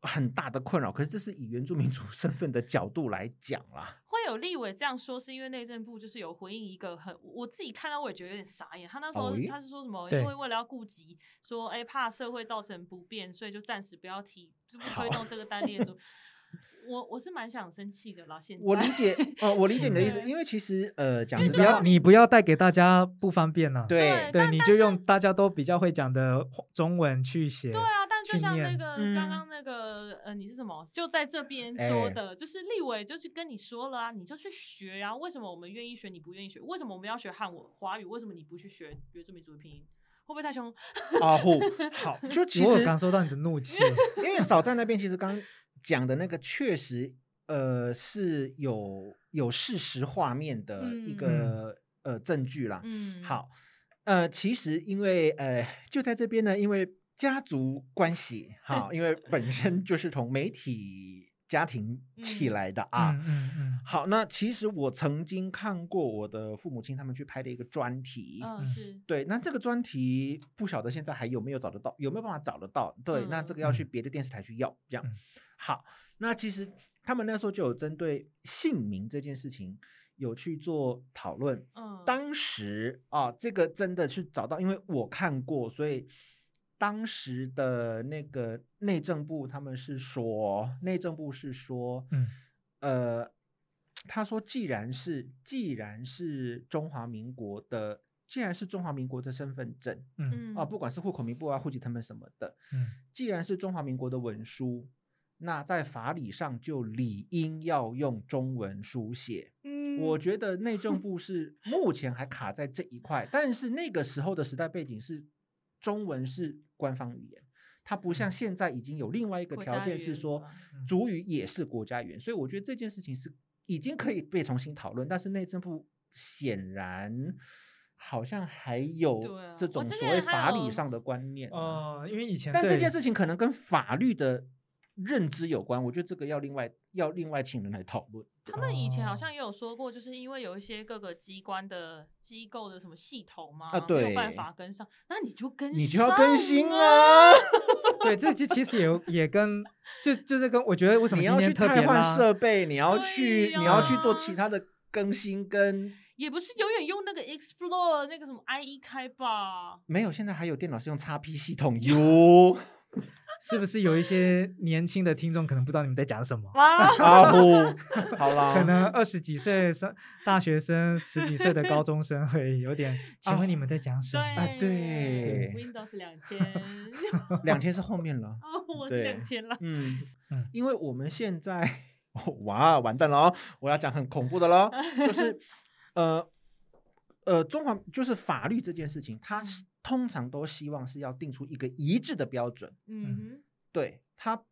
C: 很大的困扰。可是这是以原住民族 (laughs) 身份的角度来讲啦，
E: 会有立委这样说，是因为内政部就是有回应一个很，我自己看到我也觉得有点傻眼。他那时候
C: 哦咦
E: 他是说什么？
A: 对
E: 因为为了要顾及说，哎，怕社会造成不便，所以就暂时不要提，就不推动这个单
C: (laughs)
E: 列组。我我是蛮想生气的啦，现在
C: 我理
A: (laughs)
C: 解，呃，我理解你的意思，
E: 对
C: 因为其实呃，讲
A: 你
C: 实
A: 不
C: 在
A: 要
C: 话，
A: 你不要带给大家不方便了、
C: 对
E: 但
A: 你
E: 但
A: 就是用大家都比较会讲的中文去写。
E: 对啊，但就
A: 去
E: 像那
A: 念
E: 个
C: 嗯
E: 刚刚那个呃，你是什么？就在这边说
C: 哎
E: 的，就是立委就是跟你说了啊，你就去学啊。为什么我们愿意学，你不愿意学？为什么我们要学汉文华语？为什么你不去学原住民族的拼音？会不会太凶？ (laughs)
C: 啊呼，好，就其
A: (laughs) 我
C: 实
A: 有感受到你的怒气。 (laughs)
C: 因为少在那边，其实刚讲的那个确实，呃，是有有事实画面的一
E: 嗯
C: 个、呃证据啦。
E: 嗯，
C: 好，呃，其实因为呃，就在这边呢，因为家族关系哈，
E: 嗯
C: 因为本身就是从媒体家庭起
E: 嗯
C: 来的啊。
A: 嗯嗯嗯，
C: 好，那其实我曾经看过我的父母亲他们去拍的一个专题。
E: 嗯
A: 嗯
E: 是，
C: 对，那这个专题不晓得现在还有没有找得到，有没有办法找得到？对，那这个要去
A: 嗯
C: 别的电视台去要。这样
A: 嗯，
C: 好，那其实他们那时候就有针对姓名这件事情有去做讨论。
E: 嗯，
C: 当时啊，这个真的是找到，因为我看过，所以当时的那个内政部他们是说，内政部是说，
A: 嗯，
C: 呃，他说既然是既然是中华民国的，既然是中华民国的身份证
A: 嗯
E: 嗯
C: 啊，不管是户口名簿啊、户籍成本什么的，
A: 嗯
C: 既然是中华民国的文书，那在法理上就理应要用中文书写。
E: 嗯
C: 我觉得内政部是目前还卡在这一块，但是那个时候的时代背景是中文是官方语言，它不像现在已经有另外一个
E: 嗯国
C: 条
E: 家
C: 件
E: 语
C: 是
E: 言
C: 说
E: 吧
A: 嗯
C: 主语也是国家语言，所以我觉得这件事情是已经可以被重新讨论，但是内政部显然好像还有
E: 对啊
C: 这
E: 我
C: 种
E: 之
C: 所谓
E: 前还
C: 法
E: 有
C: 理上的观念啊、
A: 哦、因为以前
C: 但这件
A: 对
C: 事情可能跟法律的认知有关，我觉得这个要另外要另外请人来讨论。
E: 他们以前好
A: 哦
E: 像也有说过，就是因为有一些各个机关的机构的什么系统嘛，
C: 啊
E: 没有办
C: 对
E: 法跟上，那你就跟
C: 你就要更
E: 上
C: 新
E: 啊。
C: (laughs) 啊！
A: 对这其其实也也跟就就是跟我觉得为什么
C: 你
A: 今
C: 要去
A: 天特
C: 汰
A: 别
C: 换
A: 拉
C: 设备，你要
E: 对
C: 去、
E: 呀
C: 你要去做其他的更新跟。
E: 也不是永远用那个 Explore 那个什么 IE 开吧？
C: 没有，现在还有电脑是用 XP 系统哟，
A: 是不是有一些年轻的听众可能不知道你们在讲什么？
E: 哇， (laughs)
C: 啊呼，好啦，
A: 可能二十几岁上大学生、十几岁的高中生会有点，请问你们在讲什
E: 对、
A: 么？
C: 啊对
E: ，Windows 两
C: (laughs)
E: 千，
C: 两千是后面了，
E: 哦，我是
C: 对
E: 两千了。
C: (laughs) 嗯
A: 嗯
C: (laughs) 因为我们现在哇，完蛋了哦！我要讲很恐怖的喽， (laughs) 就是呃呃，中华就是法律这件事情，它是通常都希望是要定出一个一致的标准，
E: 嗯
C: 对它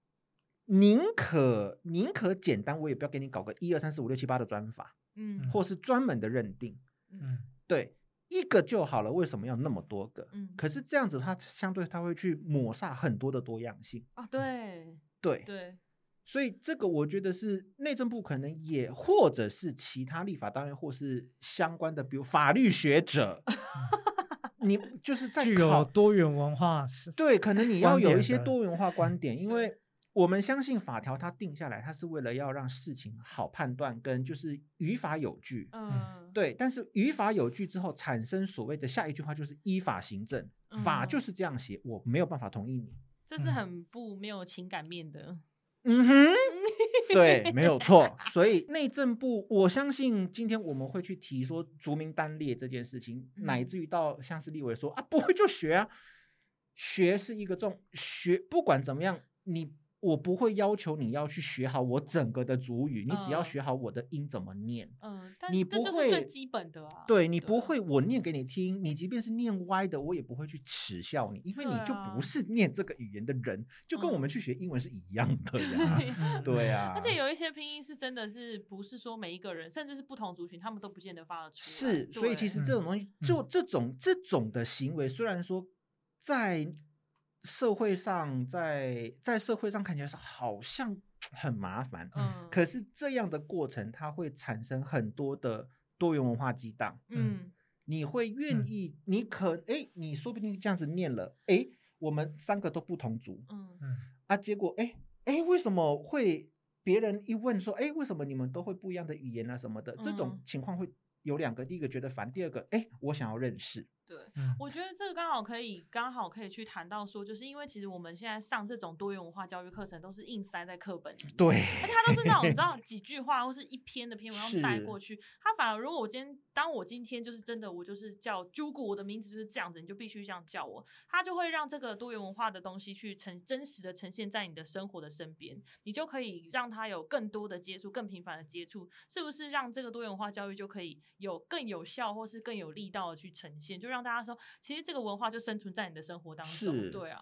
C: 宁可宁可简单，我也不要给你搞个一二三四五六七八的专法，
E: 哼，嗯
C: 或是专门的认定，
A: 嗯
C: 对，一个就好了，为什么要那么多个？
E: 嗯，
C: 可是这样子，它相对它会去抹煞很多的多样性，
E: 啊，对
C: 对，
E: 对，
C: 所以这个我觉得是内政部可能也，或者是其他立法单位，或是相关的，比如法律学
A: (laughs)
C: 者，你就是在
A: 具
C: 考
A: 有多元文化是，
C: 对，可能你要
A: 观
C: 有一
A: 点
C: 些
A: 的
C: 多元化观点，因为我们相信法条它定下来，它是为了要让事情好判断，跟就是语法有据。
E: 嗯，
C: 对，但是语法有据之后，产生所谓的下一句话就是依法行政，法就
E: 嗯
C: 是这样写，我没有办法同意你。
E: 这是
A: 嗯
E: 很不没有情感面的，
C: 嗯哼， (laughs) 对，没有错。所以内政部，我相信今天我们会去提说族名单列这件事情，乃
E: 嗯
C: 至于到像是立委说啊，不会就学啊，学是一个重学，不管怎么样，你我不会要求你要去学好我整个的族语，你只要
E: 嗯
C: 学好我的音怎么念。
E: 嗯，但
C: 你
E: 这
C: 不
E: 就是最
C: 会
E: 基本的啊，
C: 对你不
E: 啊，
C: 会，我念给你听，你即便是念歪的，我也不会去耻笑你，因为你
E: 对
C: 就
E: 啊
C: 不是念这个语言的人，就跟我们
E: 嗯
C: 去学英文是一样的
E: (laughs)
C: (laughs) 呀。
A: 嗯
C: 对啊呀、
E: 而且有一些拼音是真的是不是说每一个人，甚至是不同族群，他们都不见得发得出来。
C: 是，所以其
E: 对
C: 实这种东西，就
A: 嗯
C: 这种这种的行为，虽然说在社会上，在在社会上看起来是好像很麻烦，
E: 嗯，
C: 可是这样的过程，它会产生很多的多元文化激荡。
E: 嗯
C: 你会愿
A: 嗯
C: 意，你可哎，你说不定这样子念了，哎，我们三个都不同族
E: 嗯
A: 嗯
C: 啊，结果哎哎，为什么会别人一问说，哎，为什么你们都会不一样的语言啊什么的？这种
E: 嗯
C: 情况会有两个，第一个觉得烦，第二个哎，我想要认识，
E: 对。
A: 嗯，
E: 我觉得这个刚好可以，刚好可以去谈到说，就是因为其实我们现在上这种多元文化教育课程，都是硬塞在课本里面，
C: 对， (laughs)
E: 而且它都是那种你知
A: (laughs)
E: 道几句话或是一篇的篇文章
C: 是
E: 带过去。它反而如果我今天，当我今天就是真的我就是叫 j u 我的名字就是这样子，你就必须这样叫我，它就会让这个多元文化的东西去呈真实的呈现在你的生活的身边，你就可以让它有更多的接触，更频繁的接触，是不是让这个多元文化教育就可以有更有效或是更有力道的去呈现，就让大家说，其实这个文化就生存在你的生活当中。
C: 是
E: 对啊，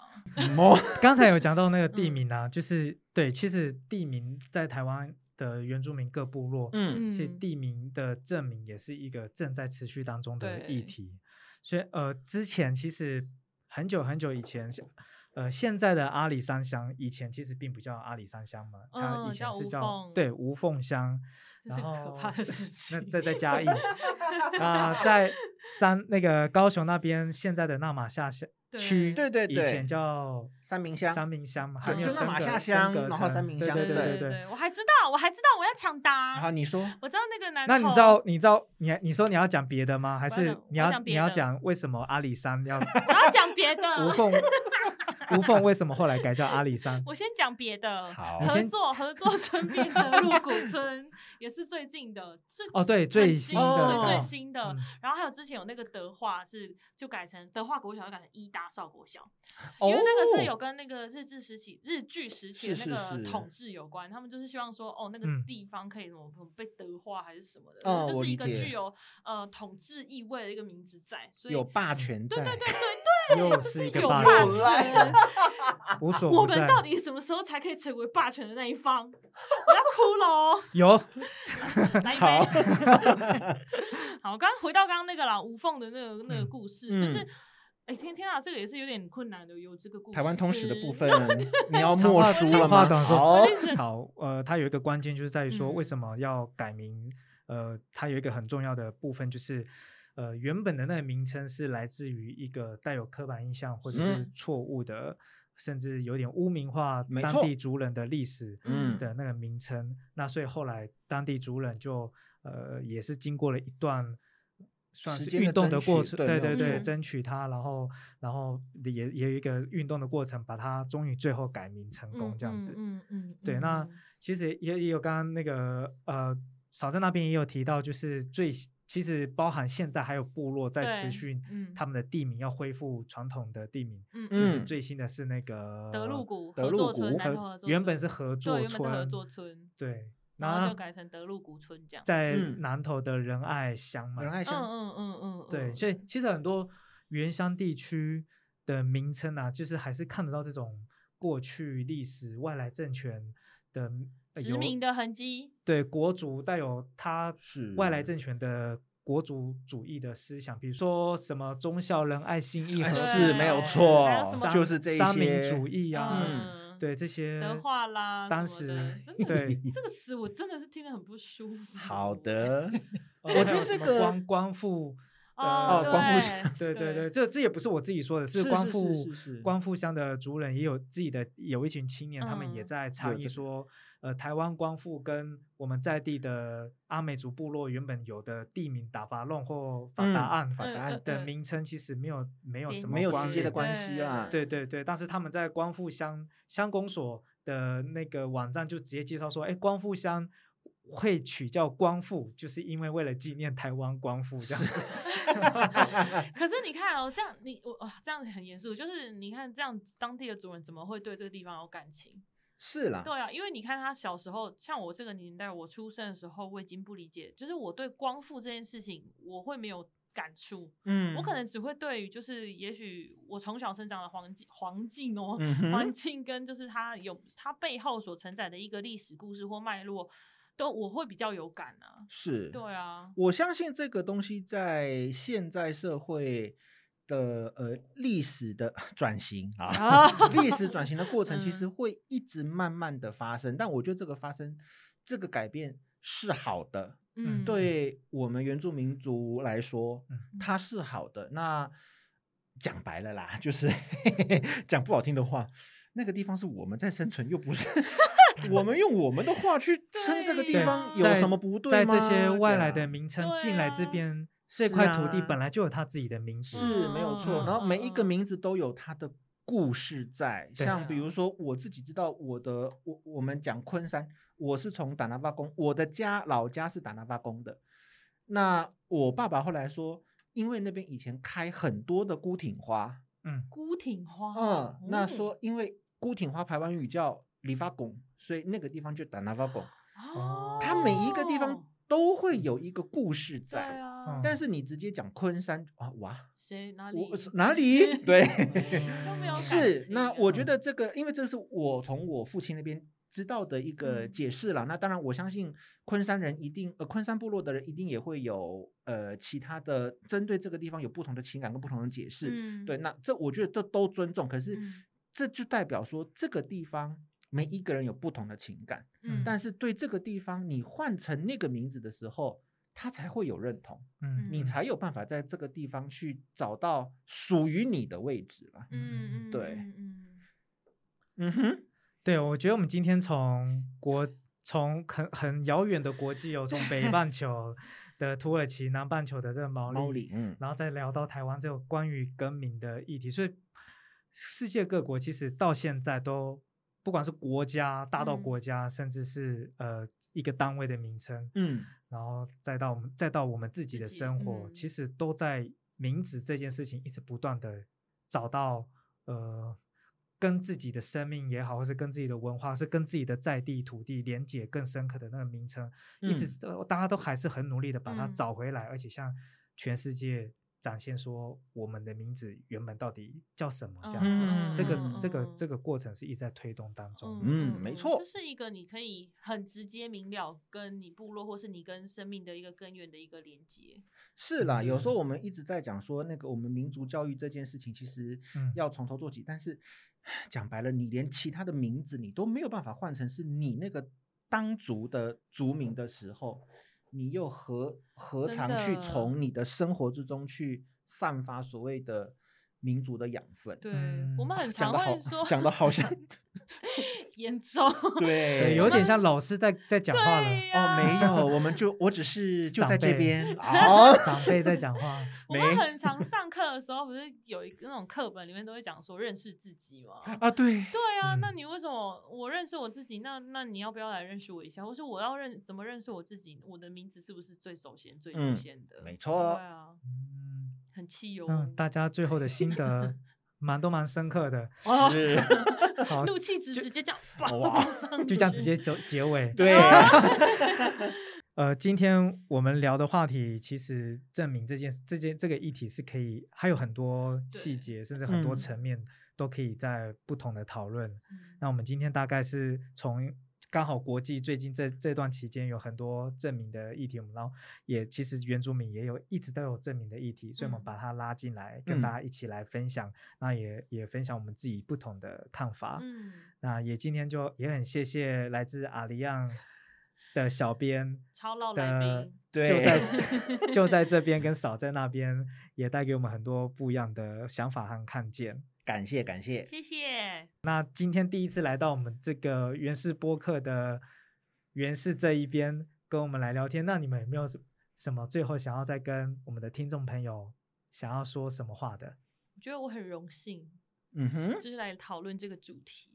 C: 哦，
A: 刚才有讲到那个地
E: 嗯
A: 名啊，就是对，其实地名在台湾的原住民各部落，
C: 嗯，
A: 其实地名的证明也是一个正在持续当中的议
E: 对
A: 题。所以呃，之前其实很久很久以前，像呃，现在的阿里山乡以前其实并不叫阿里山乡嘛，它
E: 嗯
A: 以
E: 叫
A: 前是
E: 无
A: 叫
E: 缝
A: 对无缝乡，
E: 这是
A: 然
E: 很可怕
A: 后
E: 的事情
A: 那。再再加一啊，在山那个高雄那边现在的那马下乡区，
E: (laughs) 对
C: 对对
A: 以
C: 对
A: 前叫
C: 三明乡
A: 三明乡嘛，还
E: 对
A: 没有
E: 就那
A: 升
E: 马
A: 格
C: 下
A: 升
C: 乡
A: 格
C: 然后
A: 成
C: 三明乡
A: 对
E: 对
A: 对
E: 对，我还知道，我还知道，我要抢
C: 然后
E: 答。
C: 你说，
E: 我知道那个男，
A: 那你知道你知道你你说你要讲别的吗？还
E: 要
A: 是
E: 讲
A: 你
E: 我要
A: 要
E: 讲
A: 你
E: 别
A: 要
E: 的
A: 讲为什么阿里山
E: (laughs)
A: 要
E: 我要讲别的，
A: 无
E: (laughs)
A: 缝无缝为什么后来改叫阿里山？
E: 我先讲别的。
C: 好
A: 你
E: 合
A: 先
E: 作合作村边的鹿谷村也是最近的，最
A: 哦对
E: 很
A: 最
E: 新
A: 新
C: 的
E: 对最
C: 哦
E: 新的。
A: 嗯
E: 然后还有之前有那个德化是就改成德化国小，就改成一大少国小，
C: 哦
E: 因为那个是有跟那个日治时期、日据时期的
C: 是
E: 那个
C: 是是
E: 统治有关，他们就是希望说，哦，那个
A: 嗯
E: 地方可以怎么怎么被德化还是什么的，
C: 哦
E: 就
C: 我
E: 是一
C: 理
E: 个
C: 解
E: 具有呃统治意味的一个名字在，所以
C: 有霸权在，
E: 对对对对
A: 又
E: 就是
A: 一
E: 是
A: 个
E: 有
A: 霸
E: 霸
A: 权
E: 权。
C: (laughs)
A: 无所
E: 我
A: 不
E: 们
A: 在。
E: 到底什么时候才可以成为霸权的那一方？我要哭了哦！
A: 有
E: 来一
C: 好
E: 杯。 (laughs) 好，刚刚回到刚刚那个啦，无缝的那个那个故事，就是
C: 嗯，
E: 哎、天天啊，这个也是有点困难的，有这个故事。
C: 台湾通史的部分，你要
A: 长
C: 默
A: 话
C: 书
A: 长
C: 了
A: 话
C: 吗？
A: 短说
C: 好，
A: 好，呃，它有一个关键就是在于说为
E: 嗯
A: 什么要改名，呃，它有一个很重要的部分就是。呃，原本的那个名称是来自于一个带有刻板印象或者是
C: 嗯
A: 错误的，甚至有点污名化
C: 没
A: 当
C: 错
A: 地族人的历史。
C: 嗯
A: 的那个名称。那所以后来当地族人就呃也是经过了一段算
C: 时
A: 是
C: 间的
A: 运动的
C: 争取
A: 过程，
C: 对
A: 对
C: 没
A: 对
C: 有
A: 对，
E: 错
A: 争取它，然后然后也也有一个运动的过程，把它终于最后改名成功这样子。
E: 嗯嗯，嗯
A: 对，那
E: 嗯
A: 其实也也有刚刚那个呃，嫂子那边也有提到，就是最其实包含现在还有部落在持
E: 对
A: 续
E: 嗯
A: 他们的地名要恢复传统的地名，
E: 嗯
A: 就
E: 嗯，
A: 是
C: 嗯
A: 最新的是那个
E: 德路谷
C: 德
E: 合
C: 路
E: 作
C: 谷
E: 村，南
A: 合
E: 投合作村，
A: 原本是合作
E: 对，原
A: 村，
E: 本是合作村，
A: 对，
E: 然后
C: 那
E: 就改成德鲁古村这样。
A: 在
C: 嗯
A: 南投的仁爱乡嘛，
C: 仁爱
E: 嗯
C: 乡，
E: 嗯嗯嗯，嗯
A: 对，所以其实很多原乡地区的名称啊，就是还是看得到这种过去历史外来政权的呃
E: 殖
A: 有
E: 民的痕迹，
A: 对国族带有他
C: 是
A: 外来政权的国族主义的思想，比如说什么忠孝仁爱信义
C: 哎
A: 和
C: 是没有
E: 对
C: 错
E: 还有什么，
C: 就是这一
A: 三民
C: 些
A: 主义啊，
C: 嗯
A: 对这些
E: 德化啦什
A: 当
E: 么的
A: 时
E: 真的
A: 对
E: 这个词我真的是听得很不舒服。
C: 好，
E: (laughs)
C: 的，
A: 呃还
C: 我觉
A: 有
C: 得
A: 什
C: 这
A: 么
C: 个
A: 光光复
E: 哦，
A: 呃
C: 光复
A: 对对对，，这这也不是我自己说的，
C: 是
A: 光
C: 是是
A: 复
C: 是是
A: 光复乡的族人也有自己的，有一群青年，他们也
E: 嗯
A: 在倡
C: 有
A: 议
C: 这个
A: 说，呃，台湾光复跟我们在地的阿美族部落原本有的地名打法弄或法达
C: 嗯
A: 岸、
C: 法
E: 嗯
C: 答案
E: 嗯
A: 的名称，其实没有没有
E: 连
A: 什么
C: 没有
E: 关
C: 直接的
A: 联
C: 关系啦，
A: 对对对，但是他们在光复乡乡公所的那个网站就直接介绍说，哎，光复乡会取叫光复，就是因为为了纪念台湾光复这样子。
E: 可是你看哦，这样你我啊，这样子很严肃，就是你看这样当地的族人怎么会对这个地方有感情？
C: 是啦，
E: 对啊，因为你看他小时候，像我这个年代，我出生的时候，我已经不理解，就是我对光复这件事情，我会没有感触，
C: 嗯
E: 我可能只会对于就是也许我从小生长的环境环境哦，
C: 嗯哼
E: 环境跟就是它有它背后所承载的一个历史故事或脉络，都我会比较有感啊。
C: 是，
E: 对啊，
C: 我相信这个东西在现在社会的呃历史的 (laughs) 转型啊， (laughs) 历
E: (laughs)
C: 史转型的过程其实
E: 嗯
C: 会一直慢慢的发生，但我觉得这个发生这个改变是好的，
A: 嗯
E: 嗯，
C: 对我们原住民族来说
A: 嗯，
C: 它是好的。那讲白了啦，就是 (laughs) 讲不好听的话，那个地方是我们在生存，又
A: (laughs)
C: 不是我们用我们的话去称这个地
E: 对
C: 方有
A: 在
C: 什么不对
A: 在
C: 吗
A: 这些外来的
C: 对啊
A: 名称
E: 对
A: 进来这
E: 啊
A: 边，这
C: 是
A: 块土地
C: 啊
A: 本来就有它自己的名字。
C: 是没有错。
A: 嗯
C: 然后每一
E: 嗯
C: 个
E: 啊
C: 名字都有它的故事在，
A: 对
C: 像比如说我自己知道我的，我我们讲昆山，我是从打那巴宫，我的家老家是打那巴宫的。那我爸爸后来说，因为那边以前开很多的孤挺花，
A: 嗯，
E: 孤挺花，
C: 嗯，那
E: 哦
C: 说因为孤挺花台湾语叫理发拱，所以那个地方就打那巴拱。
E: 哦，
C: 它每一个地方都会有一个故事
E: 对
C: 在，
E: 啊，
C: 但是你直接讲昆山啊，哇，
E: 谁哪里
C: 我哪里 (laughs)
E: (laughs)
C: 对？
E: 就没有感
C: 是，
E: 情
C: 那
E: 啊
C: 我觉得这个，因为这是我从我父亲那边知道的一个
E: 嗯
C: 解释啦。那当然，我相信昆山人一定，呃，昆山部落的人一定也会有呃其他的针对这个地方有不同的情感跟不同的解释。
E: 嗯
C: 对，那这我觉得这都尊重，可是
E: 嗯
C: 这就代表说这个地方每一个人有不同的情感，
E: 嗯，
C: 但是对这个地方你换成那个名字的时候，他才会有认同，
A: 嗯，
C: 你
A: 嗯
C: 才有办法在这个地方去找到属于你的位置啦。
E: 嗯嗯
C: 对
E: 嗯嗯
C: 嗯哼。
A: 对，我觉得我们今天从国从很很遥远的国际哦，从北半球的土耳其，南半球的这个毛利，
C: 猫里，嗯，
A: 然后再聊到台湾这个关于更名的议题，所以世界各国其实到现在都。不管是国家大到
E: 嗯
A: 国家，甚至是呃一个单位的名称，
C: 嗯，
A: 然后再到我们再到我们自己
E: 自
A: 的
E: 己
A: 生活，其
E: 嗯
A: 实都在名字这件事情一直不断的找到呃，跟自己的生命也好，或是跟自己的文化，是跟自己的在地土地连接更深刻的那个名称，一直都大家都还是很努力的把它
E: 嗯
A: 找回来，而且向全世界展现说我们的名字原本到底叫什么
E: 嗯，
A: 这样子。
C: 嗯
A: 这
E: 嗯
A: 个
E: 嗯
A: 这个这
E: 嗯
A: 个过程是一直在推动当中的。
C: 嗯没错
E: 哦这是一个你可以很直接明了跟你部落或是你跟生命的一个根源的一个连接。
C: 是啦。有时
A: 嗯
C: 候我们一直在讲说，那个我们民族教育这件事情，其实
A: 嗯
C: 要从头做起。但是讲白了，你连其他的名字你都没有办法换成是你那个当族的族名的时候，你又何何
E: 真
C: 尝去
E: 的
C: 从你的生活之中去散发所谓的民族的养分？
E: 对、
A: 嗯
E: 我们很常
C: 讲的好
E: 会说，，
C: 讲的好像
E: (laughs) 严重。
C: 对
A: 对，有点像老师在在讲话了。
E: 对
C: (laughs) 哦，
E: 呀
C: 没有，我们就我只是就
A: 长
C: 在这
A: 辈 (laughs)
C: 边哦，
A: 长辈在讲话，
E: 我
C: 没
E: 们很常上课的时候，不是有一个那种课本里面都会讲说认识自己
C: (laughs)
E: 吗？
C: 啊，对，
E: 对啊，那
A: 嗯
E: 你为什么我认识我自己？那那你要不要来认识我一下？或是我要认怎么认识我自己？我的名字是不是最首先、最优
C: 嗯
E: 先的？
C: 没
E: 对
C: 错，
E: 啊，
A: (laughs) 嗯，
E: 很气哦。
A: (laughs) 那大家最后的心得蛮都蛮深刻的。
E: 哦， (laughs)
C: 是
A: 好，哦
E: 怒气值直接这样，
C: 哇
E: 砰上
A: 就这样直接
E: 去
A: 结结尾。
C: 对啊，
A: 呃，今天我们聊的话题，其实证明这件这件这个议题是可以，还有很多细
E: 对
A: 节，甚至很多
C: 嗯
A: 层面都可以在不同的讨论。
E: 嗯
A: 那我们今天大概是从刚好国际最近这这段期间有很多证明的议题，我们然后也其实原住民也有一直都有证明的议题，所以我们
E: 嗯
A: 把它拉进来，跟大
C: 嗯
A: 家一起来分享，那也也分享我们自己不同的看法。
E: 嗯，
A: 那也今天就也很谢谢来自阿里样的小编，
E: 超老来
A: 的
E: 宾，
A: 就
C: 对
A: 在就在这边跟嫂在那边也带给我们很多不一样的想法和看见。
C: 感谢感谢，
E: 谢谢，
A: 那今天第一次来到我们这个原氏播客的原氏这一边跟我们来聊天，那你们有没有什什么最后想要再跟我们的听众朋友想要说什么话
C: (laughs)
A: 的？
E: 我觉得我很荣幸，
C: 嗯哼，
E: 就是来讨论这个主题。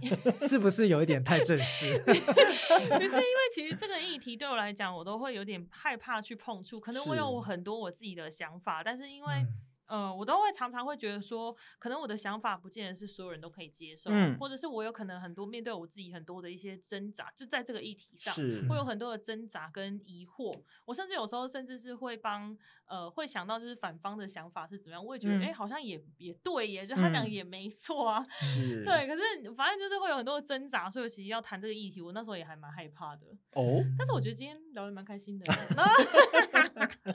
E: (laughs)
A: 是不是有一点太正式？
E: 不是因为其实这个议题对我来讲，我都会有点害怕去碰触。可能我有
C: 是
E: 很多我自己的想法，但是因为、
A: 嗯
E: 呃，我都会常常会觉得说，可能我的想法不见得是所有人都可以接受，啊
C: 嗯
E: 或者是我有可能很多面对我自己很多的一些挣扎，就在这个议题上。
C: 是
E: 会有
A: 嗯
E: 很多的挣扎跟疑惑，我甚至有时候甚至是会帮呃会想到就是反方的想法是怎么样，我也觉得哎、
C: 嗯
E: 诶好像也也对耶，就他讲
C: 嗯
E: 也没错啊，
C: 是，
E: 对，可是反正就是会有很多的挣扎，所以我其实要谈这个议题，我那时候也还蛮害怕的。
A: (laughs)
C: 哦
A: 嗯
E: 但是我觉得今天聊得蛮开心
C: (laughs)
E: 的。那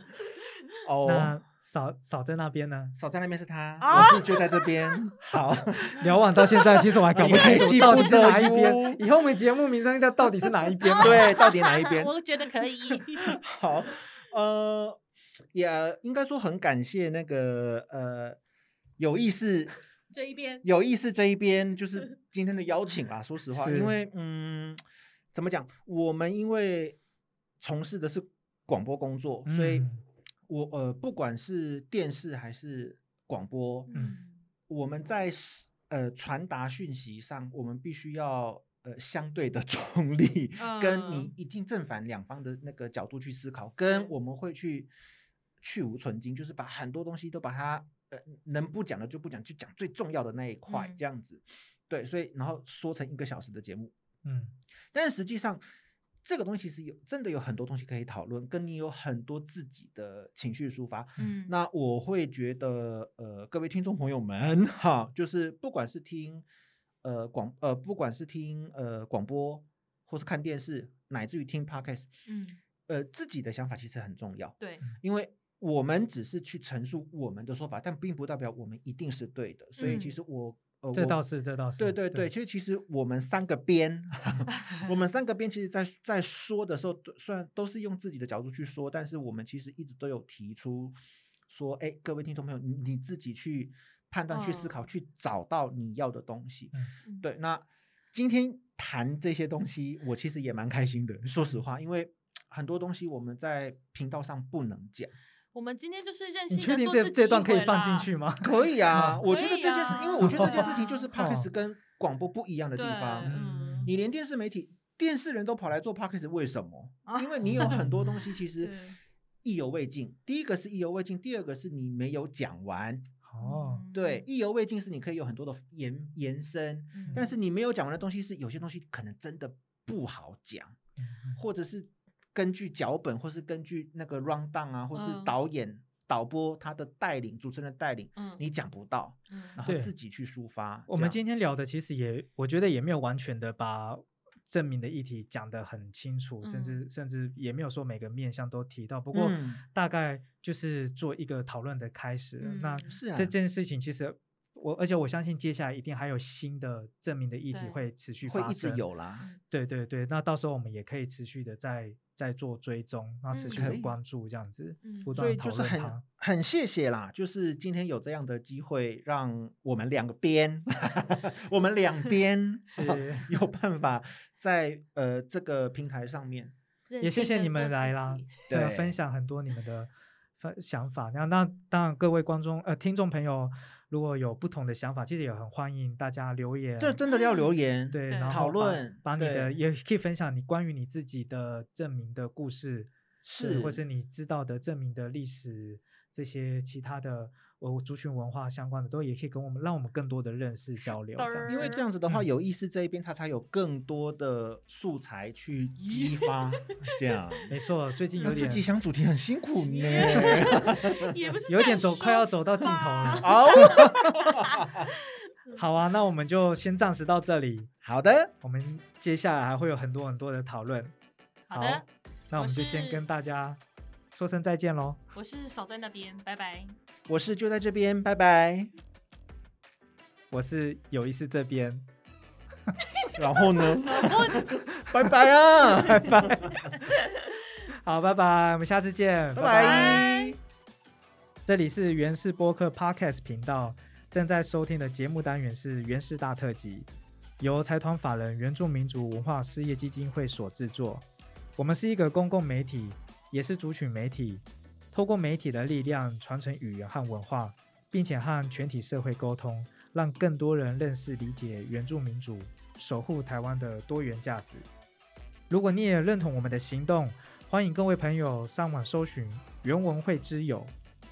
C: 哦，
A: 那嫂嫂在那边呢？
C: 少在那边是他，
E: 啊
C: 我是就在这边，好，
A: 聊完到现在，其实我还搞不清
C: (laughs) 还记
A: 楚
C: 不
A: 到底是哪一
C: 得
A: 边。
C: 哟
A: 以后我们节目名称叫到底是哪一边？
C: (laughs) 对，到底哪一边？
E: (laughs) 我觉得可
C: (laughs)
E: 以。
C: 好，呃，也应该说很感谢那个呃有意思
E: 这一边
C: 有意思这一边就是今天的邀请啦。说实话，
A: 是
C: 因为嗯，怎么讲，我们因为从事的是广播工作，所以
A: 嗯
C: 我呃不管是电视还是广播，
A: 嗯
C: 我们在 s- 呃传达讯息上，我们必须要呃相对的 (laughs) 中立，跟你
E: 嗯
C: 一定正反两方的那个角度去思考，跟我们会去去无存精，就是把很多东西都把它呃能不讲的就不讲，就讲最重要的那一块、
E: 嗯
C: 这样子。对，所以然后说成一个小时的节目，
A: 嗯，
C: 但是实际上，这个东西其实有真的有很多东西可以讨论，跟你有很多自己的情绪抒发。
E: 嗯
C: 那我会觉得，呃，各位听众朋友们，哈，就是不管是听呃广呃，不管是听呃广播，或是看电视，乃至于听 podcast，
E: 嗯
C: 呃，自己的想法其实很重要，
E: 对
C: 因为我们只是去陈述我们的说法，但并不代表我们一定是对的。所以其
E: 嗯
C: 实我、呃，
A: 这
C: 我
A: 倒是，这倒是。
C: 对对对，其实其实我们三个边， (laughs) 我们三个边其实在在说的时候，都虽然都是用自己的角度去说，但是我们其实一直都有提出说，哎，各位听众朋友，你你自己去判断、去思
E: 嗯
C: 考、去找到你要的东西。
E: 嗯
C: 对，那今天谈这些东西，我其实也蛮开心的。说实话，因为很多东西我们在频道上不能讲，
E: 我们今天就是任性
A: 你
E: 地
A: 确定
E: 做
A: 这
E: 自己
A: 这段
E: 一
A: 可以
E: 回
A: 放
E: 啦
A: 进去？吗？
C: 可以啊。 (laughs) 我
E: 可
C: 觉得
E: 以
C: 这件事，因为
E: 啊
C: 我觉得这件事情就是
E: 哦
C: podcast 跟广播不一样的地
E: 对，
C: 方。
E: 嗯
C: 你连电视媒体、电视人都跑来做 podcast，为什么？
E: 啊
C: 因为你有很多东
E: (laughs)
C: 西其
E: 对
C: 实意犹未尽。第一个是意犹未尽，第二个是你没有讲完。
A: 哦，
C: 对，，意犹未尽是你可以有很多的延延伸，
E: 嗯
C: 但是你没有讲完的东西是有些东西可能真的不好讲，
A: 嗯
C: 或者是根据脚本，或是根据那个 round down 啊，或是
E: 嗯
C: 导演、导播他的带领、主持人的带领，
E: 嗯
C: 你讲不到，
E: 嗯
C: 然后
A: 对
C: 自己去抒发。
A: 我
C: 这
A: 们
C: 样
A: 今天聊的其实也，我觉得也没有完全的把证明的议题讲得很清楚，甚至甚至也没有说每个面向都提到。不过
C: 嗯
A: 大概就是做一个讨论的开始。那
E: 嗯
C: 是啊，
A: 这件事情其实我，而且我相信接下来一定还有新的证明的议题
E: 对
A: 会持续
C: 会
A: 发
C: 一直
A: 生。
C: 有啦。
A: 对对对，那到时候我们也可以持续的再再做追踪，然后持
E: 嗯
A: 续
C: 可
A: 的
C: 以
A: 关注这样子，
E: 嗯
A: 不
C: 所
A: 断
C: 以
A: 地讨
C: 就是
A: 论它。
C: 很很谢谢啦，就是今天有这样的机会，让我们两个边， (laughs) 我们两边
A: (laughs) 是
C: 有办法在呃这个平台上面，
E: 任
A: 也谢谢
E: 性地
A: 你们
E: 做
A: 来
E: 自
A: 啦
E: (laughs) 己，
A: 对啊，
C: 对
A: 分享很多你们的分想法。那那当然，各位观众呃听众朋友，如果有不同的想法，其实也很欢迎大家留言。
C: 这真的要留
E: 嗯
C: 言，
A: 对，
E: 对
A: 然
C: 讨
A: 后把
C: 论
A: 把你的
C: 对
A: 也可以分享你关于你自己的证明的故事，对
C: 是，
A: 或是你知道的证明的历史这些其他的呃族群文化相关的，都也可以跟我们让我们更多的认识交流。这样
E: 的
A: 子
C: 因为这样子的话，
A: 嗯
C: 有意识这一边它才有更多的素材
A: (laughs)
C: 去激发，这样。
A: 没错，最近
C: 那
A: 有
C: 自
A: 点
C: 己想主题很辛苦呢。 (laughs)
E: 也不是
A: 有
E: 这
A: 点
E: 样
A: 走，
E: 说
A: 快要走到尽头了。
E: 吧。
C: 好，
A: 好啊，那我们就先暂时到这里，
C: 好的，
A: 我们接下来还会有很多很多的讨论。
E: 好的，
A: 那我们就先
E: 是
A: 跟大家说声再见喽。
E: 我是少在那边，拜拜。
C: 我是就在这边，拜拜。
A: 我是有意思这边，
C: 然
A: (laughs)
C: 后呢？ (laughs) 拜拜啊，拜
A: 好，拜拜，我们下次见，
C: 拜。
A: 这里是原氏播客 Podcast 频道，正在收听的节目单元是《原氏大特辑》，由财团法人原住民族文化事业基金会所制作。我们是一个公共媒体，也是族群媒体，透过媒体的力量传承语言和文化，并且和全体社会沟通，让更多人认识、理解原住民族，守护台湾的多元价值。如果你也认同我们的行动，欢迎各位朋友上网搜寻“原文会之友”。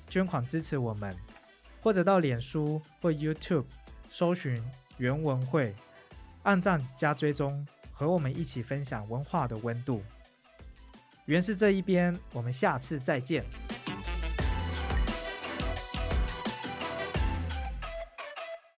A: 捐款支持我们，或者到脸书或 YouTube 搜寻“原文会”，按赞加追踪，和我们一起分享文化的温度。原是这一边，我们下次再见。